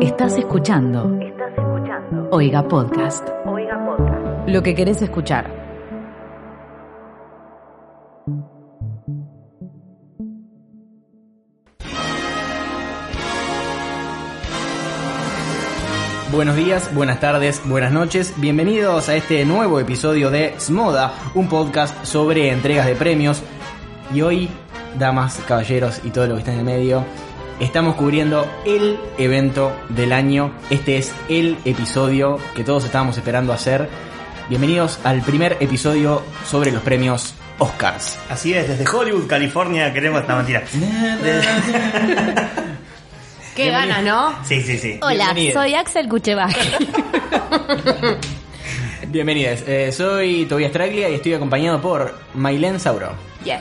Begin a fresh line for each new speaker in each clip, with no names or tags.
Estás escuchando
Estás escuchando
Oiga Podcast.
Oiga Podcast.
Lo que querés escuchar.
Buenos días, buenas tardes, buenas noches. Bienvenidos a este nuevo episodio de Smoda, un podcast sobre entregas de premios. Y hoy, damas, caballeros y todo lo que está en el medio, estamos cubriendo el evento del año. Este es el episodio que todos estábamos esperando hacer. Bienvenidos al primer episodio sobre los premios Oscars.
Así es, desde Hollywood, California, queremos esta mentira.
Qué ganas, ¿no?
Sí, sí, sí.
Hola,
Bienvenido.
soy Axel Kuchevaki.
Bienvenidas, Eh, soy Tobias Traglia y estoy acompañado por Mailén Sauro.
Yes.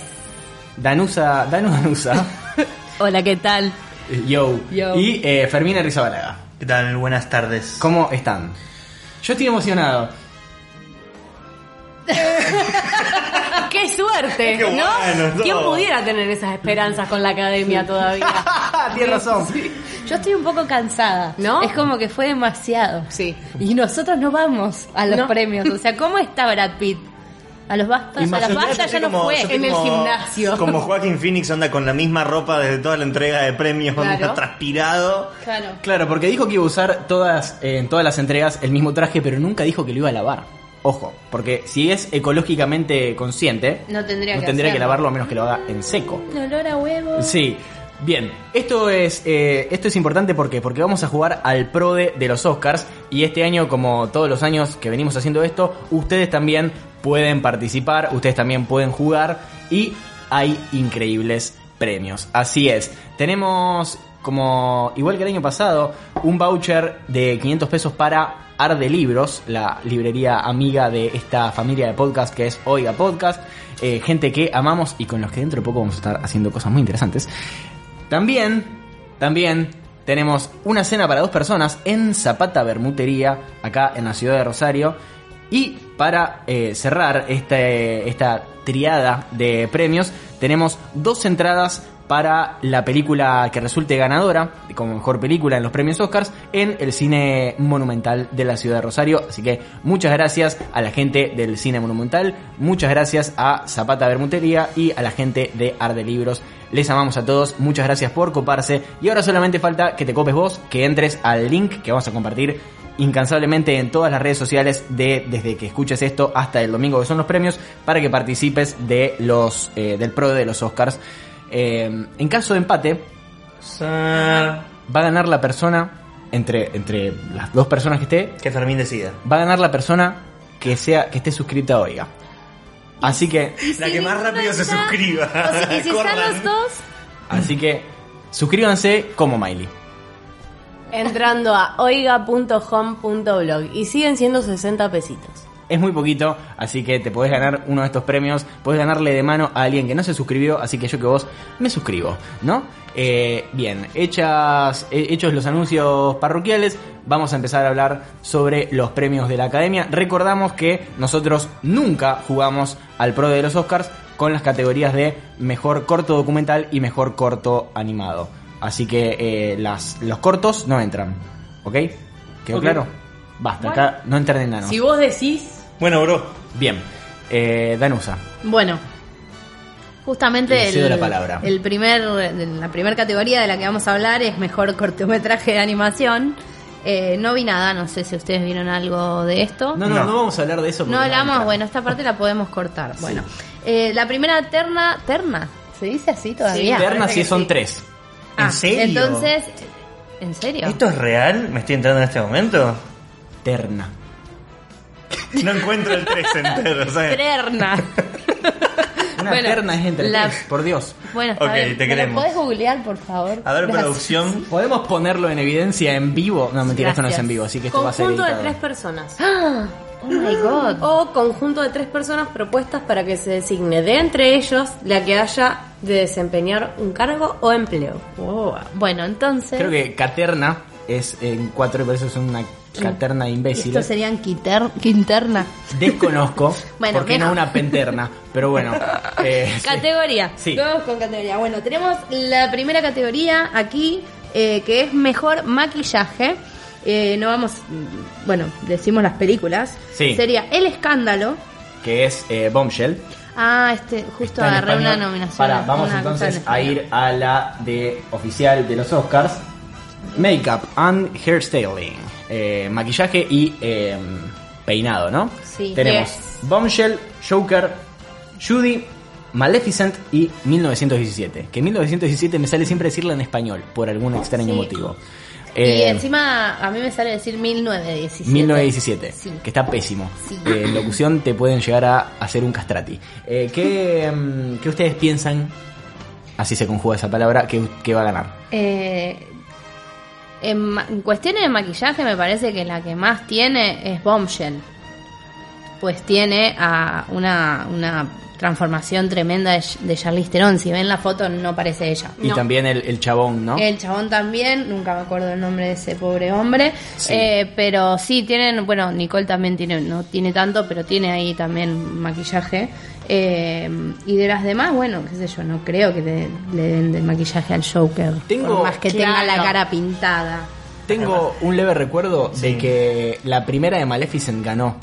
Danusa, Danu Danusa,
Hola, ¿qué tal?
Eh, yo,
Yo.
y eh, Fermina Rizabalaga.
¿Qué tal? Buenas tardes.
¿Cómo están? Yo estoy emocionado.
Ah, ¡Qué suerte!
Qué
¿No?
bueno, no.
¿Quién pudiera tener esas esperanzas con la academia todavía?
Ah,
Tienes razón.
Yo estoy un poco cansada,
¿No?
Es como que fue demasiado.
Sí.
Y nosotros no vamos a los
No.
premios. O sea, ¿cómo está Brad Pitt? A los bastas, a las
Imagínate, yo
bastas
estoy
ya no
como- yo
fue.
estoy
en el
como-
gimnasio.
Como Joaquín Phoenix anda con la misma ropa desde toda la entrega de premios,
Claro.
anda transpirado.
Claro.
Claro, porque dijo que iba a usar todas, eh, en todas las entregas el mismo traje, pero nunca dijo que lo iba a lavar. Ojo, porque si es ecológicamente consciente,
No tendría que
tendría que
hacerlo.
lavarlo a menos que lo haga en seco.
El olor a huevo.
Sí. Bien, esto es, eh, esto es importante porque, porque vamos a jugar al PRODE de los Oscars y este año, como todos los años que venimos haciendo esto, ustedes también pueden participar, ustedes también pueden jugar y hay increíbles premios. Así es, tenemos como, igual que el año pasado, un voucher de 500 pesos para Arde Libros, la librería amiga de esta familia de podcast que es Oiga Podcast, eh, gente que amamos y con los que dentro de poco vamos a estar haciendo cosas muy interesantes. También, también tenemos una cena para dos personas en Zapata Bermutería, acá en la ciudad de Rosario. Y para eh, cerrar este- esta triada de premios, tenemos dos entradas para la película que resulte ganadora como mejor película en los premios Oscars en el cine monumental de la ciudad de Rosario. Así que muchas gracias a la gente del cine monumental, muchas gracias a Zapata Bermutería y a la gente de Arde Libros. Les amamos a todos, muchas gracias por coparse y ahora solamente falta que te copes vos, que entres al link que vamos a compartir incansablemente en todas las redes sociales de desde que escuches esto hasta el domingo que son los premios para que participes de los eh, del pro de los Oscars. Eh, en caso de empate, va a ganar la persona, entre, entre las dos personas que esté,
Que Fermín decida.
va a ganar la persona que sea, que esté suscrita a Oiga. Así que,
La que más rápido se suscriba.
O si, y si están
Corran.
los dos,
así que, suscríbanse como Miley.
Entrando a oiga.home.blog y siguen siendo 60 pesitos.
Es muy poquito, así que te podés ganar uno de estos premios, podés ganarle de mano a alguien que no se suscribió, así que yo que vos me suscribo, ¿no? Eh, bien, hechas, eh, hechos los anuncios parroquiales, vamos a empezar a hablar sobre los premios de la academia. Recordamos que nosotros nunca jugamos al Pro de los Oscars con las categorías de mejor corto documental y mejor corto animado. Así que eh, las, los cortos no entran, ¿ok? ¿Quedó
Ok.
claro? Basta, acá no entran en nada.
Si vos decís,
Bueno, bro.
Bien. Eh, Danusa.
Bueno,
Le
justamente
cedo
el,
la palabra.
el primer, la primera categoría de la que vamos a hablar es mejor cortometraje de animación. Eh, no vi nada, no sé si ustedes vieron algo de esto.
No, no, no,
No.
vamos a hablar de eso. porque
No hablamos,
entra.
bueno, esta parte la podemos cortar. Bueno, eh, la primera terna, terna, ¿se dice así todavía?
Internas sí son tres.
Ah,
¿En serio?
Entonces, ¿en serio?
¿Esto es real? ¿Me estoy entrando en este momento?
Terna.
No encuentro el 3 entero, ¿sabes?
Terna.
Una
Bueno,
terna es entre
la-
tres, por Dios.
Bueno, está
Ok,
bien.
te
¿Me lo
queremos.
podés googlear, por favor?
A ver,
Gracias.
producción.
¿Podemos ponerlo en evidencia en vivo? No, mentira, esto no es
Gracias.
en vivo, así que esto
conjunto
va
de
a ser
tres
editado.
personas.
Oh my god.
O conjunto de tres personas propuestas para que se designe de entre ellos la que haya de desempeñar un cargo o empleo.
Wow. Bueno, entonces.
Creo que caterna es en cuatro y por eso es una caterna de
Esto
imbéciles.
serían quiter- quinterna.
Desconozco
Bueno,
porque no
mejor.
una penterna, pero bueno. eh, sí.
Categoría.
Sí.
Vamos con categoría. Bueno, tenemos la primera categoría aquí eh, que es mejor maquillaje. Eh, no vamos, mm, bueno, decimos las películas.
Sí.
Sería El Escándalo.
que es eh, Bombshell.
Ah, este, justo
Está en
agarré una
español.
nominación.
Pará, vamos
una
entonces
cosa en
a
español.
ir a la de oficial de los Oscars. Makeup and hairstyling. Eh, maquillaje y eh, peinado, ¿no?
Sí.
Tenemos
Yes.
Bombshell, Joker, Judy, Maleficent y 1917. Que 1917 me sale siempre decirla en español, por algún extraño
Sí.
motivo.
Y
Eh,
encima a mí me sale decir 1917.
1917,
Sí.
que está pésimo.
Sí.
Eh, en locución te pueden llegar a hacer un castrati. Eh, ¿qué, mm, qué ustedes piensan? Así se conjuga esa palabra, que, que va a ganar.
Eh, en, ma- en cuestiones de maquillaje me parece que la que más tiene es Bombshell. Pues tiene a una, una transformación tremenda de, Ch- de Charlize Theron. Si ven la foto no parece ella.
Y
No.
también el, el chabón, ¿no?
El chabón también, nunca me acuerdo el nombre de ese pobre hombre.
Sí.
Eh, pero sí, tienen, bueno, Nicole también tiene, no tiene tanto, pero tiene ahí también maquillaje. Eh, y de las demás, bueno, qué sé yo, no creo que le, le den de maquillaje al Joker.
Tengo-
por más que tenga la
Claro.
cara pintada.
Tengo un leve recuerdo de
Sí.
que la primera de Maleficent ganó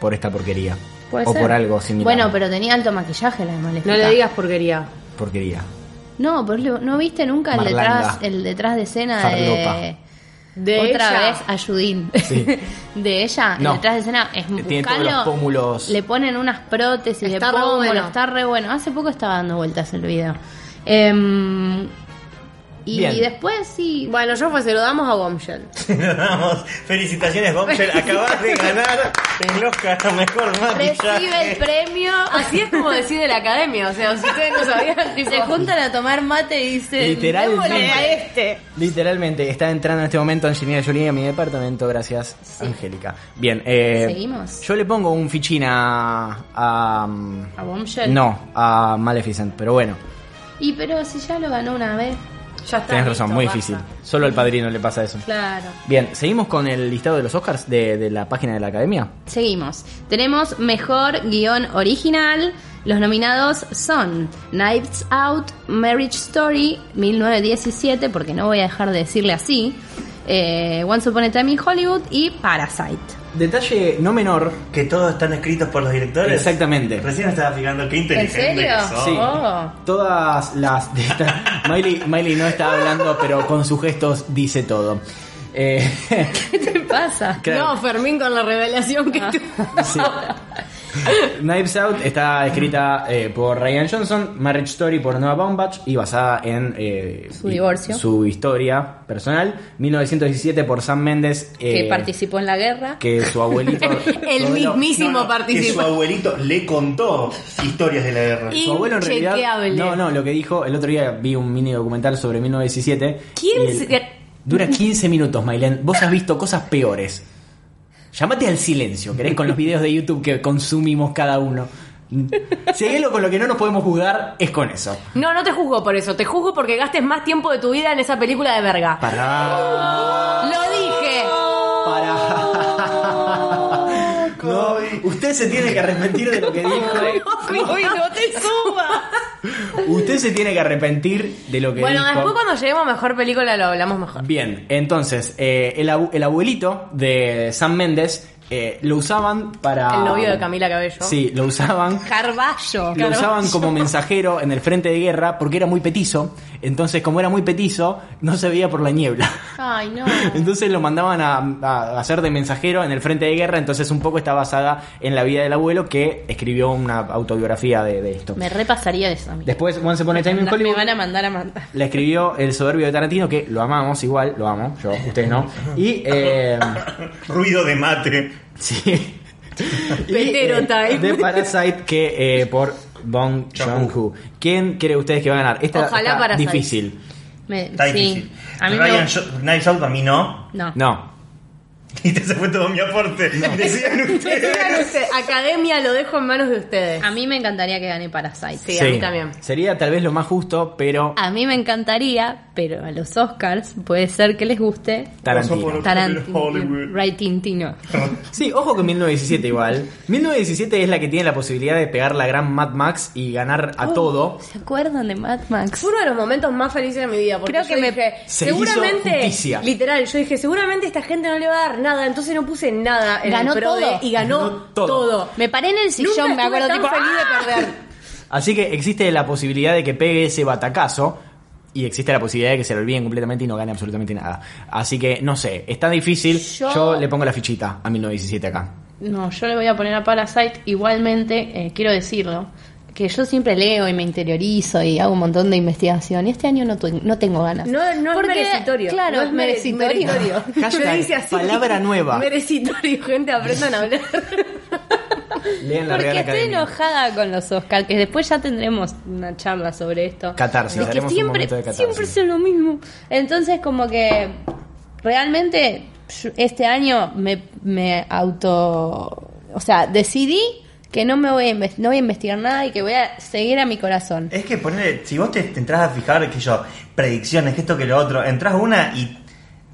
por esta porquería.
Puede
o
ser.
por algo similar.
Bueno, pero tenía alto maquillaje la de Maléfica.
No le digas porquería.
Porquería.
No, pero le- no viste nunca el
Marlanga.
detrás, el detrás de escena de.
Farlopa.
De
Otra
ella.
vez a Judín.
Sí.
De ella,
No.
Ah, el detrás de escena es
Tiene todos
buscalo,
los pómulos.
Le ponen unas prótesis
Está
de
re
pómulo,
bueno.
está re bueno. Hace poco estaba dando vueltas el video. Em, y,
Bien.
después sí.
Bueno, yo pues se lo damos a Bombshell.
Nos damos. Felicitaciones, Bombshell. Acabas de ganar el Oscar a mejor
Recibe el
maquillaje.
premio.
Así es como decide la academia, o sea, si ustedes no sabían, tipo,
Se juntan a tomar mate y dicen.
Literalmente.
"Démosle a este".
Literalmente, está entrando en este momento Angelina Jolie a mi departamento, gracias Angélica. Bien, eh,
Seguimos.
Yo le pongo un fichín a... ¿A,
¿A Bombshell?
No, a Maleficent, pero bueno,
Y pero si ya lo ganó una vez.
ya está.
tenés
listo,
razón, muy
basta.
difícil. Solo al padrino le pasa eso.
Claro.
Bien, ¿seguimos con el listado de los Oscars de, de la página de la Academia?
Seguimos. Tenemos mejor guión original. Los nominados son Knives Out, Marriage Story, 1917, porque no voy a dejar de decirle así, eh, Once Upon a Time in Hollywood y Parasite.
Detalle no menor,
Que todos están escritos por los directores.
Exactamente.
Recién estaba fijando qué
¿En
inteligente
serio?
que sos.
Sí.
Oh.
Todas las. de esta- Miley, Miley no está hablando, pero con sus gestos dice todo. Eh,
¿Qué te pasa?
claro,
No, Fermín con la revelación que tuvo.
sí. Knives Out está escrita eh, por Ryan Johnson, Marriage Story por Noah Baumbach y basada en eh,
Su divorcio.
su historia personal. 1917 por Sam Mendes. eh,
que participó en la guerra.
que su abuelito.
El mismísimo
No, no, Que su
participa.
abuelito le contó historias de la guerra.
Y-
Su abuelo en realidad.
Inchequeable.
No, no, lo que dijo. El otro día vi un mini documental sobre 1917.
¿Quién
y el-
se-
Dura 15 minutos, Mailen. Vos has visto cosas peores. Llámate al silencio, querés, con los videos de YouTube que consumimos cada uno. Si hay algo con lo que no nos podemos juzgar, es con eso.
No, no te juzgo por eso, te juzgo porque gastes más tiempo de tu vida en esa película de verga.
Pará.
Lo dije.
Pará. No, usted se tiene que arrepentir de lo que dijo. eh.
Uy, no te subas.
Usted se tiene que arrepentir de lo que
Bueno,
dijo.
después cuando lleguemos a mejor película lo hablamos mejor.
Bien, entonces, eh, el, abu- el abuelito de Sam Méndez eh, lo usaban para.
El novio de Camila Cabello.
Sí, lo usaban.
Carballo.
Lo usaban como mensajero en el frente de guerra porque era muy petizo. Entonces, como era muy petizo, no se veía por la niebla.
Ah.
Ay, no.
Entonces lo mandaban a, a hacer de mensajero en el frente de guerra. Entonces, un poco está basada en la vida del abuelo que escribió una autobiografía de, de esto.
Me repasaría eso a mí.
Después, Once Upon a Time in
me
Hollywood.
van a mandar a mandar.
La escribió el soberbio de Tarantino, que lo amamos igual, lo amo, yo, ustedes no. Y, eh,
Ruido de mate.
sí.
Petero time.
The Parasite, que eh, por Bong Joon-ho. ¿Quién cree ustedes que va a ganar? Esta
Ojalá
está
Parasite.
difícil.
Me-
Está
sí.
difícil.
A mí me
Ryan
gusta-
Jo- Knives Out para mí no.
No.
No.
Y te se fue todo mi aporte. Decían
Decidan
ustedes.
ustedes. este Academia lo dejo en manos de ustedes.
A mí me encantaría que gane Parasite.
Sí, a mí también. Ah.
Sería tal vez lo más justo, pero
A mí me encantaría, pero a los Oscars puede ser que les guste
Tarantino.
Somos- Hollywood.
Tarantino. Ray Tintino.
Sí, ojo con 1917 igual. 1917 es la que tiene la posibilidad de pegar la gran Mad Max y ganar
Oh,
a todo.
¿Se acuerdan de Mad Max?
Fue uno de los momentos más felices de mi vida. Porque
Creo
yo
que me-
dije,
se
seguramente,
hizo justicia.
literal, yo dije, seguramente esta gente no le va a dar nada, entonces no puse nada en
Ganó
el PRODE
todo.
y ganó,
Ganó todo.
todo.
Me paré en el
Nunca
sillón, me acuerdo,
estuve
tipo,
tan feliz
¡ah!
de perder.
Así que existe la posibilidad de que pegue ese batacazo y existe la posibilidad de que se lo olviden completamente y no gane absolutamente nada. Así que no sé, está difícil. Yo,
Yo-
le pongo la fichita a 1917 acá.
No, yo le voy a poner a Parasite. Igualmente, eh, quiero decirlo, que yo siempre leo y me interiorizo y hago un montón de investigación. Y este año no, tu- no tengo ganas.
No, no
Porque,
es merecitorio.
Claro,
no es
es merecitorio.
Yo
Hashtag
le hice así.
palabra nueva.
Merecitorio, gente, aprendan a hablar.
Lean la Real
Porque estoy
Academia.
enojada con los Oscar, que después ya tendremos una charla sobre esto.
Catarsis,
Es que
haremos un
siempre,
momento de catarsis.
siempre son lo mismo. Entonces, como que realmente yo- este año me, me auto. O sea, decidí que no me voy a, inves- no voy a investigar nada y que voy a seguir a mi corazón.
Es que ponele, si vos te, te entras a fijar, que yo, predicciones, que esto, que lo otro, entras a una y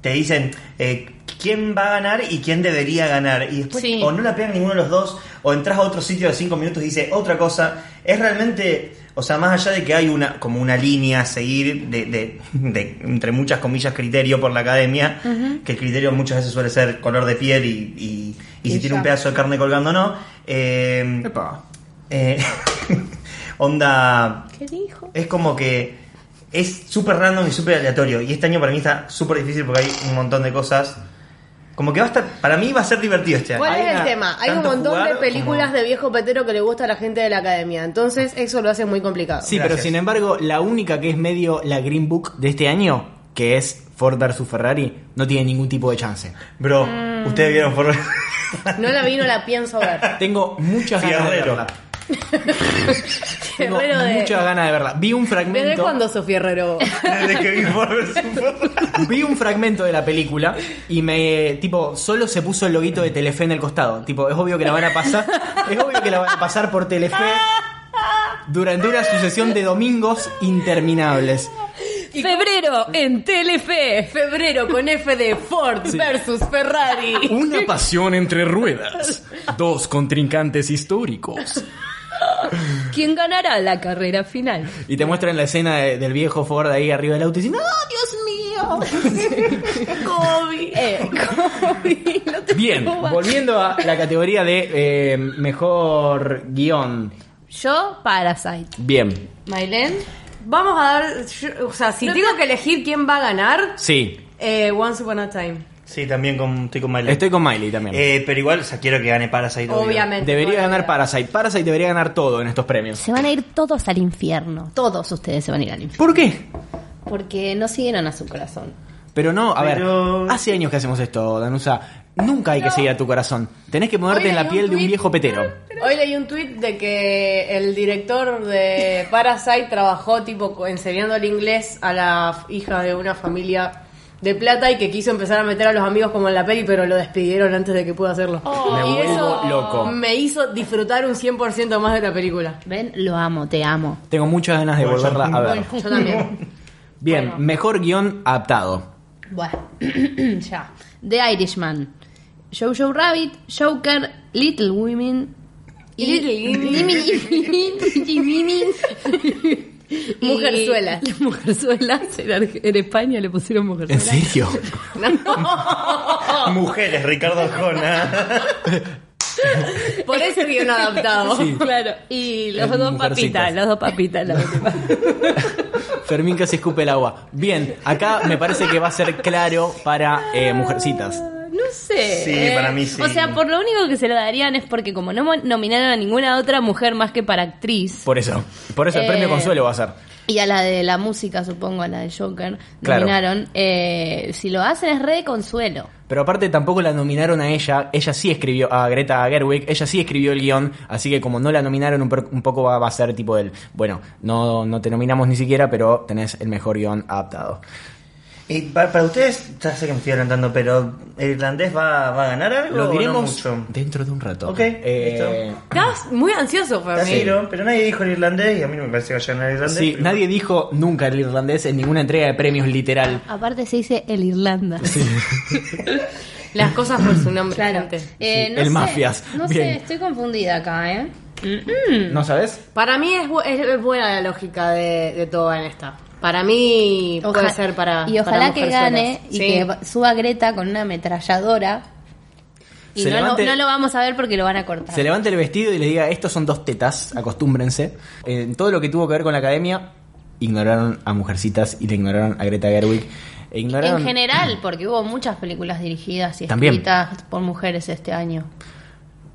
te dicen eh, quién va a ganar y quién debería ganar. Y después
Sí.
o no la pegan ninguno de los dos, o entras a otro sitio de cinco minutos y dice otra cosa. Es realmente, o sea, más allá de que hay una como una línea a seguir de, de- de, entre muchas comillas, criterio por la academia, que el criterio muchas veces suele ser color de piel y, y- y si
Y
tiene
ya.
un pedazo de carne colgando o no. eh,
Epa.
eh, onda...
¿Qué dijo?
Es como que es súper random y súper aleatorio. Y este año para mí está súper difícil porque hay un montón de cosas. Como que va a estar. Para mí va a ser divertido este año.
¿Cuál
Hay
es el
una-
tema? Hay un
tanto
montón de
jugar
películas
como-
de viejo petero que le gusta a la gente de la academia. Entonces, eso lo hace muy complicado.
Sí, pero
Gracias.
sin embargo, la única que es medio la Green Book de este año, que es Ford versus Ferrari, no tiene ningún tipo de chance.
Bro, ustedes vieron por.
No la vi, no la pienso ver.
Tengo muchas ganas de
Fierrero.
verla. Tengo
Herrero de.
muchas ganas de verla. Vi un
¿Desde
fragmento.
cuándo Sofía Herrero?
Desde que vi por ver
Vi un fragmento de la película y me, tipo, solo se puso el loguito de Telefe en el costado. Tipo, es obvio que la van a pasar, es obvio que la van a pasar por Telefe durante una sucesión de domingos interminables.
Febrero en Telefe.
Febrero con F de Ford versus Ferrari.
Una pasión entre ruedas. Dos contrincantes históricos.
¿Quién ganará la carrera final?
Y te muestran la escena de- del viejo Ford ahí arriba del auto diciendo, "¡Ah,
Kobe.
Eh, Kobe, no te
Bien,
puedo más.
volviendo a la categoría de eh, mejor guión.
Yo, Parasite.
Bien,
Mailen.
Vamos a dar. yo- o sea, si tengo que elegir quién va a ganar,
sí.
eh, Once Upon a Time.
Sí, también con, estoy con Miley.
Estoy con Miley también.
Eh, pero igual, o sea, quiero que gane Parasite. obvio.
Obviamente.
Debería
todavía.
ganar Parasite. Parasite debería ganar todo en estos premios.
Se van a ir todos al infierno. Todos ustedes se van a ir al infierno.
¿Por qué?
Porque no siguieron a su corazón.
Pero no, a
Pero-
ver, hace años que hacemos esto, Danusa. Nunca hay que seguir a tu corazón. Tenés que ponerte
Hoy
en la
leí
piel
un
de un
tuit.
viejo petero.
Hoy leí un tuit de que el director de Parasite trabajó tipo co- enseñando el inglés a la hija de una familia de plata y que quiso empezar a meter a los amigos como en la peli, pero lo despidieron antes de que pudo hacerlo.
Me
y
vuelvo
eso
loco.
me hizo disfrutar un 100% más de la película.
Ven, lo amo, te amo.
Tengo muchas ganas de
Bueno,
volverla a ver.
Yo también.
Bien, mejor guión adaptado.
Bueno, ya. The Irishman. Jojo Rabbit, Joker, Little Women.
Little Women. Mujerzuelas.
Mujerzuelas. Mujerzuelas. En, Arge- en España le pusieron
¿En
mujerzuelas.
serio?
Oh. Mujeres, Ricardo Jona.
Por eso guión adaptado.
Claro. Y los
Es
dos
mujercitas.
papitas, los dos papitas, la última.
Fermín casi escupe el agua. Bien, acá me parece que va a ser claro para eh, mujercitas.
No sé.
Sí, para mí sí.
O sea, por lo único que se lo darían es porque como no mo- nominaron a ninguna otra mujer más que para actriz
Por eso. Por eso el
Eh,
premio consuelo va a ser.
y a la de la música, supongo, a la de Joker,
Claro.
nominaron, eh, si lo hacen es re de consuelo.
Pero aparte tampoco la nominaron a ella, ella sí escribió, a Greta Gerwig, ella sí escribió el guión, así que como no la nominaron un, per- un poco va, va a ser tipo el, bueno, no, no te nominamos ni siquiera, pero tenés el mejor guión adaptado.
Y pa- para ustedes, ya sé que me estoy adelantando, pero ¿el irlandés va, va a ganar algo?
Lo
o no
diremos
mucho?
dentro de un rato.
Ok,
Eh,
listo.
Estabas muy ansioso,
Está
Fermín.
Ciro, pero nadie dijo el irlandés y a mí no me parece que vaya a ganar el irlandés.
sí,
pero-
nadie dijo nunca el irlandés en ninguna entrega de premios literal.
Aparte se dice el Irlanda.
Las cosas por su nombre. gente.
Eh,
Sí,
no
el
sé,
Mafias.
No
Bien.
sé, estoy confundida acá, ¿eh?
¿No sabes?
Para mí es, bu- es- es buena la lógica de, de toda en esta. Para mí puede
Oja-
ser para.
y ojalá
para
que
mujer
gane
solas.
y
Sí.
que va- suba Greta con una ametralladora. Y
Se
no,
levante-
lo, no lo vamos a ver porque lo van a cortar.
Se levante el vestido y le diga, estos son dos tetas, acostúmbrense. En todo lo que tuvo que ver con la academia, ignoraron a Mujercitas y le ignoraron a Greta Gerwig. E ignoraron...
En general, porque hubo muchas películas dirigidas y
También.
escritas por mujeres este año.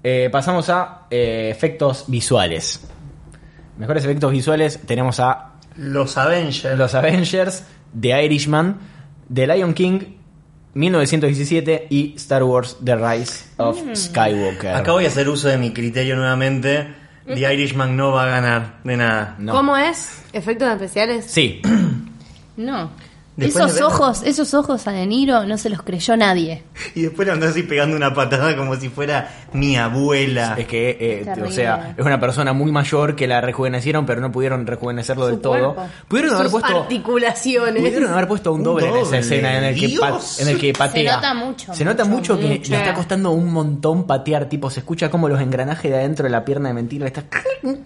Eh, pasamos a eh, efectos visuales. Mejores efectos visuales tenemos a
Los Avengers.
Los Avengers, The Irishman, The Lion King, 1917 y Star Wars The Rise of Skywalker.
Acá voy a hacer uso de mi criterio nuevamente.
Mm.
The Irishman no va a ganar de nada.
No.
¿Cómo es? ¿Efectos especiales?
Sí,
No.
Después
esos
de ver-
ojos, esos ojos a De Niro no se los creyó nadie.
Y después le andás así pegando una patada como si fuera mi abuela.
es que, eh,
Está
o
horrible.
sea, es una persona muy mayor que la rejuvenecieron, pero no pudieron rejuvenecerlo
Su
del todo.
cuerpo.
Pudieron haber
Sus
puesto.
articulaciones.
Pudieron haber puesto un
Un
doble, en esa
doble,
escena en el, que pa-
Dios.
en el que patea.
nota mucho,
Se nota
mucho,
mucho, que
mucho.
le está costando un montón patear. Tipo, se escucha como los engranajes de adentro de la pierna de mentira. Está...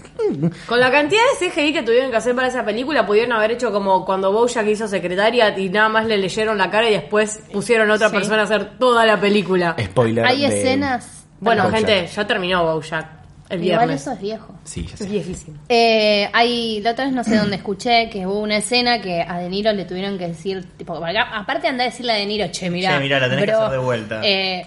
Con la cantidad de CGI que tuvieron que hacer para esa película, pudieron haber hecho como cuando Bojack hizo secretaria y nada más le leyeron la cara y después pusieron a otra
Sí.
persona a hacer toda la película.
Spoiler.
Hay
de-
escenas.
Bueno,
Bojack.
gente, ya terminó Bojack el
Igual
viernes.
eso es viejo.
Sí, ya sé.
Es viejísimo.
Eh, hay, la otra vez no sé dónde escuché que hubo una escena que a De Niro le tuvieron que decir, tipo, acá- aparte anda a decirle a De Niro, che, mirá.
Che, mirá, la tenés que hacer de vuelta".
eh,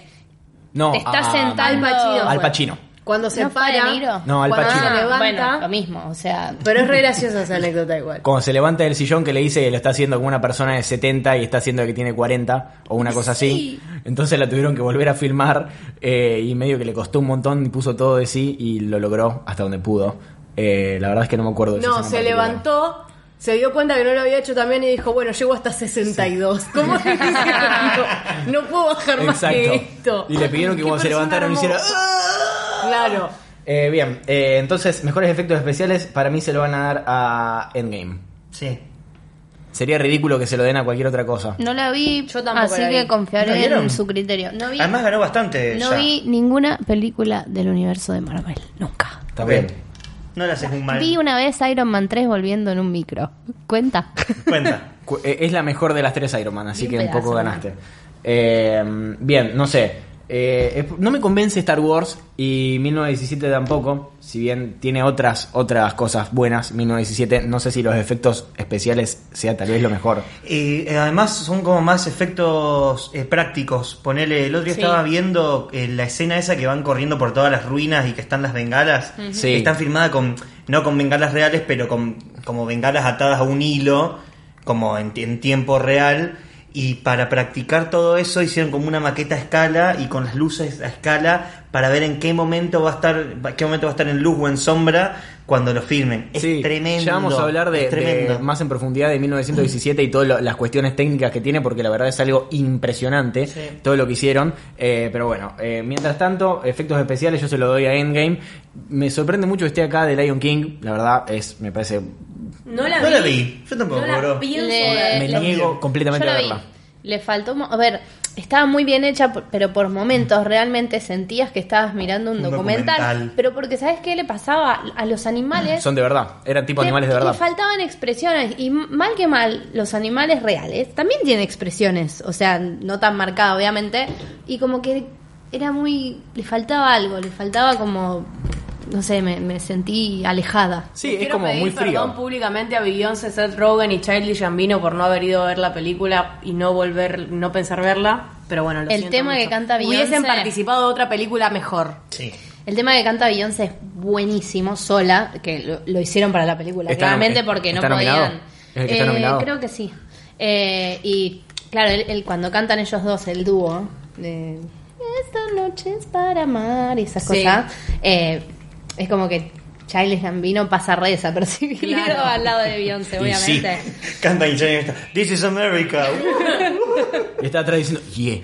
No,
te estás
a-
sentando.
Al Pacino.
Al Pacino.
Cuando se
¿No fue
para.
De Niro?
No, Al
Cuando
Pacino.
se
Ah,
levanta-
bueno.
lo mismo, o sea.
Pero es re graciosa esa anécdota igual.
Cuando se levanta del sillón que le dice que lo está haciendo como una persona de 70 y está haciendo que tiene 40 o una cosa
Sí.
así. Entonces la tuvieron que volver a filmar eh, y medio que le costó un montón y puso todo de sí y lo logró hasta donde pudo. Eh, la verdad es que no me acuerdo de esa
No,
escena
se
en particular.
levantó, se dio cuenta que no lo había hecho también y dijo, bueno, llego hasta 62. ¿Cómo es que no, no puedo bajar más que esto?
Y le pidieron que
Qué
cuando se
persona
levantaron
hermosa.
hiciera. "Ah".
Claro.
Eh, bien, eh, entonces, mejores efectos especiales para mí se lo van a dar a Endgame.
Sí.
Sería ridículo que se lo den a cualquier otra cosa.
No la vi,
Yo tampoco
así
la vi.
que
¿No la
confiaré
vieron?
en su criterio. No vi,
Además ganó bastante
no
ya.
vi ninguna película del universo de Marvel, nunca.
Está
Ok.
bien.
No le haces un mal.
Vi una vez Iron Man 3 volviendo en un micro. Cuenta.
Cuenta.
Cu- eh, Es la mejor de las tres Iron Man, así
Bien
que un
pedazo,
poco
¿no?
ganaste. Eh, bien, no sé. Eh, es- no me convence Star Wars y 1917 tampoco, si bien tiene otras otras cosas buenas. 1917, no sé si los efectos especiales sea tal vez lo mejor.
Y eh, además son como más efectos eh, prácticos. Ponele, el otro día
Sí.
estaba viendo eh, la escena esa que van corriendo por todas las ruinas y que están las bengalas.
Mm.
Sí.
Están filmadas con, no con bengalas reales, pero con como bengalas atadas a un hilo, como en, ti- en tiempo real. Y para practicar todo eso hicieron como una maqueta a escala y con las luces a escala para ver en qué momento va a estar, qué momento va a estar en luz o en sombra cuando lo filmen. Es
Sí,
tremendo.
Ya vamos a hablar de,
es tremendo.
de más en profundidad de 1917 y todas lo- las cuestiones técnicas que tiene, porque la verdad es algo impresionante todo lo que hicieron. Eh, pero bueno, eh, mientras tanto, efectos especiales yo se lo doy a Endgame. Me sorprende mucho que esté acá de Lion King, la verdad es, me parece,
Eh,
No la
No
vi.
la vi. Yo tampoco,
No la
bro.
pienso
Le-
ver.
me
la-
niego completamente
Yo
a
la vi.
verla.
Le faltó. mo- A ver, estaba muy bien hecha, por- pero por momentos realmente sentías que estabas mirando un,
Un
documental,
documental.
Pero porque, ¿sabes qué le pasaba? A los animales.
Son de verdad, eran tipo
le-
animales de
Le
verdad.
faltaban expresiones. Y m- mal que mal, los animales reales también tienen expresiones. O sea, no tan marcada, obviamente. Y como que era muy. Le faltaba algo, le faltaba como. No sé, me, me sentí alejada.
Sí,
Le
es
quiero
como
pedir
muy frío.
perdón públicamente a Beyoncé, Seth Rogen y Childish Gambino por no haber ido a ver la película y no volver, no pensar verla. Pero bueno, lo
El
siento
tema que
mucho.
canta Beyoncé.
Hubiesen participado de otra película mejor.
Sí.
El tema que canta Beyoncé es buenísimo, sola, que lo, lo hicieron para la película,
Está
claramente
nomi-
porque no
¿está nominado?
podían.
¿Es el que está nominado?
Creo que sí. Eh, y claro, él- él- cuando cantan ellos dos, el dúo, de Esta noche es para amar y esas
Sí.
cosas, eh, es como que Childish Gambino pasa re desapercibido
Claro.
al lado de Beyoncé,
Y sí,
obviamente.
canta y Jane está, This is America.
Y está atrás diciendo, yeah.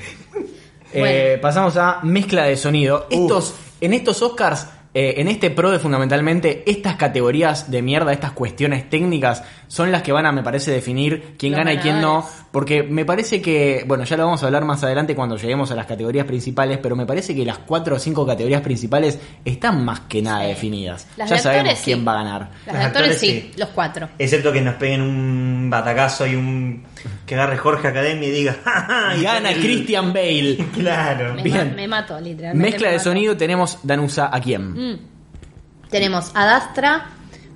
Bueno.
Eh, pasamos a mezcla de sonido.
Uh.
Estos, en estos Oscars, eh, en este PRODE fundamentalmente, estas categorías de mierda, estas cuestiones técnicas, son las que van a, me parece, definir quién
Los
gana y quién no.
ganadores.
Porque me parece que, bueno, ya lo vamos a hablar más adelante cuando lleguemos a las categorías principales, pero me parece que las cuatro o cinco categorías principales están más que nada
Sí.
definidas.
Las
ya
de actores,
sabemos quién
sí.
va a ganar.
Los actores sí,
sí.
los cuatro.
Excepto que nos peguen un batacazo y un. que agarre Jorge Academia y diga, "Ja, ja", y
Gana
sale-
Christian Bale.
Claro.
Me,
Bien.
ma- me mato, literalmente.
Mezcla
me
de
mato.
sonido tenemos Danusa a quién.
Mm. Tenemos Adastra,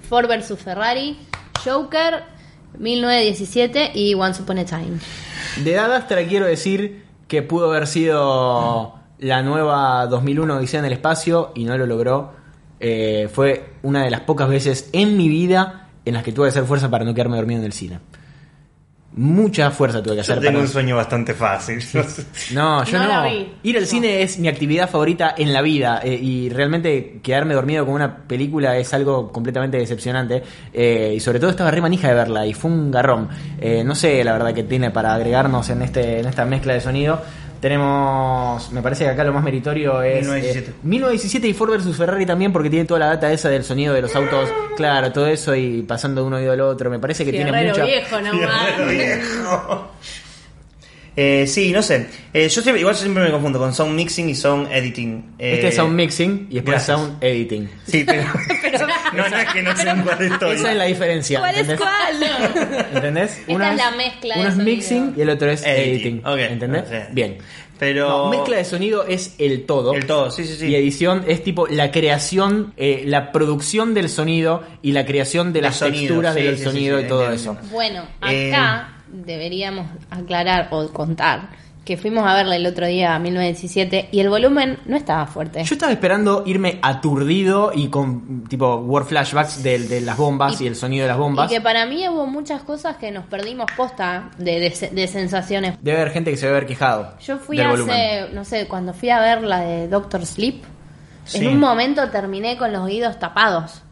Ford vs Ferrari, Joker, 1917 y Once Upon a Time.
De Dadastra quiero decir que pudo haber sido la nueva 2001 Odisea en el espacio y no lo logró. Eh, fue una de las pocas veces en mi vida en las que tuve que hacer fuerza para no quedarme dormido en el cine. Mucha fuerza tuve que hacer
Yo tengo un
para...
sueño bastante fácil.
No, yo
No
no.
la vi.
Ir al cine es mi actividad favorita en la vida eh, y realmente quedarme dormido con una película es algo completamente decepcionante eh, y sobre todo estaba re manija de verla y fue un garrón. Eh, no sé la verdad que tiene para agregarnos en, este, en esta mezcla de sonido. Tenemos, me parece que acá lo más meritorio es...
1917.
eh, 1917 y Ford versus Ferrari también porque tiene toda la data esa del sonido de los autos, claro, todo eso y pasando de un oído al otro. Me parece que tiene
Guerrero
mucha...
viejo, no
Fierrero
más.
viejo. Eh, sí, no sé. Eh, yo siempre, igual yo siempre me confundo con sound mixing y sound editing. Eh,
Este es sound mixing y después
gracias.
sound editing.
Sí, pero. no, no es que no sé en cuál estoy.
Esa es la diferencia.
¿Cuál es
¿entendés?
cuál?
¿Entendés?
Esta es la mezcla de
Uno es
sonido.
mixing y el otro es editing.
Ok,
¿Entendés?
no sé.
Bien.
Pero.
No, mezcla de sonido es el todo.
El todo, sí, sí, sí.
Y edición es tipo la creación, eh, la producción del sonido y la creación de
Del
las
sonido,
texturas
sí,
del
sí, sí,
sonido
sí,
y todo
entiendo.
eso.
Bueno,
Eh.
acá deberíamos aclarar o contar que fuimos a verla el otro día, 1917, y el volumen no estaba fuerte.
Yo estaba esperando irme aturdido y con tipo word flashbacks de, de las bombas y,
Y-
el sonido de las bombas.
Y que para mí hubo muchas cosas que nos perdimos posta de, de- de sensaciones.
Debe haber gente que se debe haber quejado.
Yo fui
del
hace,
volumen.
no sé, cuando fui a ver la de Doctor Sleep,
Sí.
en un momento terminé con los oídos tapados.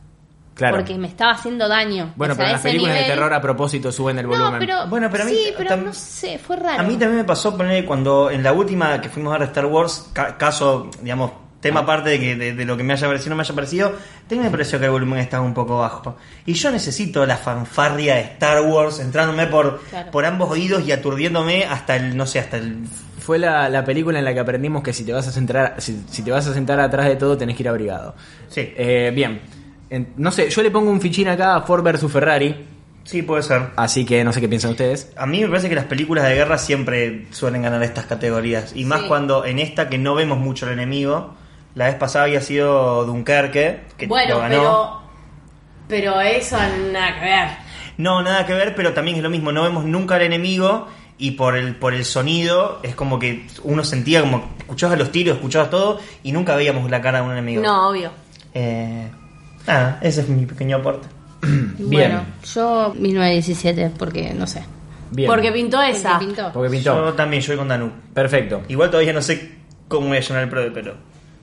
Claro.
Porque me estaba haciendo daño.
Bueno,
O sea,
pero las
ese
películas de
nivel-
terror a propósito suben el volumen.
No, pero,
Bueno, pero a mí
sí, pero
tam-
no sé, fue raro.
A mí también me pasó poner cuando en la última que fuimos a ver Star Wars, ca- caso, digamos, tema aparte de, que, de, de lo que me haya parecido o no me haya parecido, también me pareció que el volumen estaba un poco bajo. Y yo necesito la fanfarria de Star Wars entrándome por,
Claro.
por ambos oídos y aturdiéndome hasta el, no sé, hasta el...
Fue la, la película en la que aprendimos que si te vas a centrar, si, si te vas a sentar atrás de todo, tenés que ir abrigado.
Sí.
Eh, bien. En- no sé, yo le pongo un fichín acá a Ford versus Ferrari,
Sí, puede ser.
así que no sé qué piensan ustedes.
A mí me parece que las películas de guerra siempre suelen ganar estas categorías. Y más
Sí.
cuando en esta que no vemos mucho al enemigo. La vez pasada había sido Dunkerque, que lo
Bueno,
ganó.
pero. Pero eso nada que ver.
No, nada que ver, pero también es lo mismo, no vemos nunca al enemigo y por el, por el sonido es como que uno sentía como escuchabas los tiros, escuchabas todo y nunca veíamos la cara de un enemigo.
No, obvio.
Eh, nada, ese es mi pequeño aporte.
Bueno, yo 1917, porque no sé.
Bien.
Porque pintó esa.
Porque pintó.
Porque pintó.
Yo también, yo voy con Danú.
Perfecto.
Igual todavía no sé cómo voy a llenar el pro de pelo.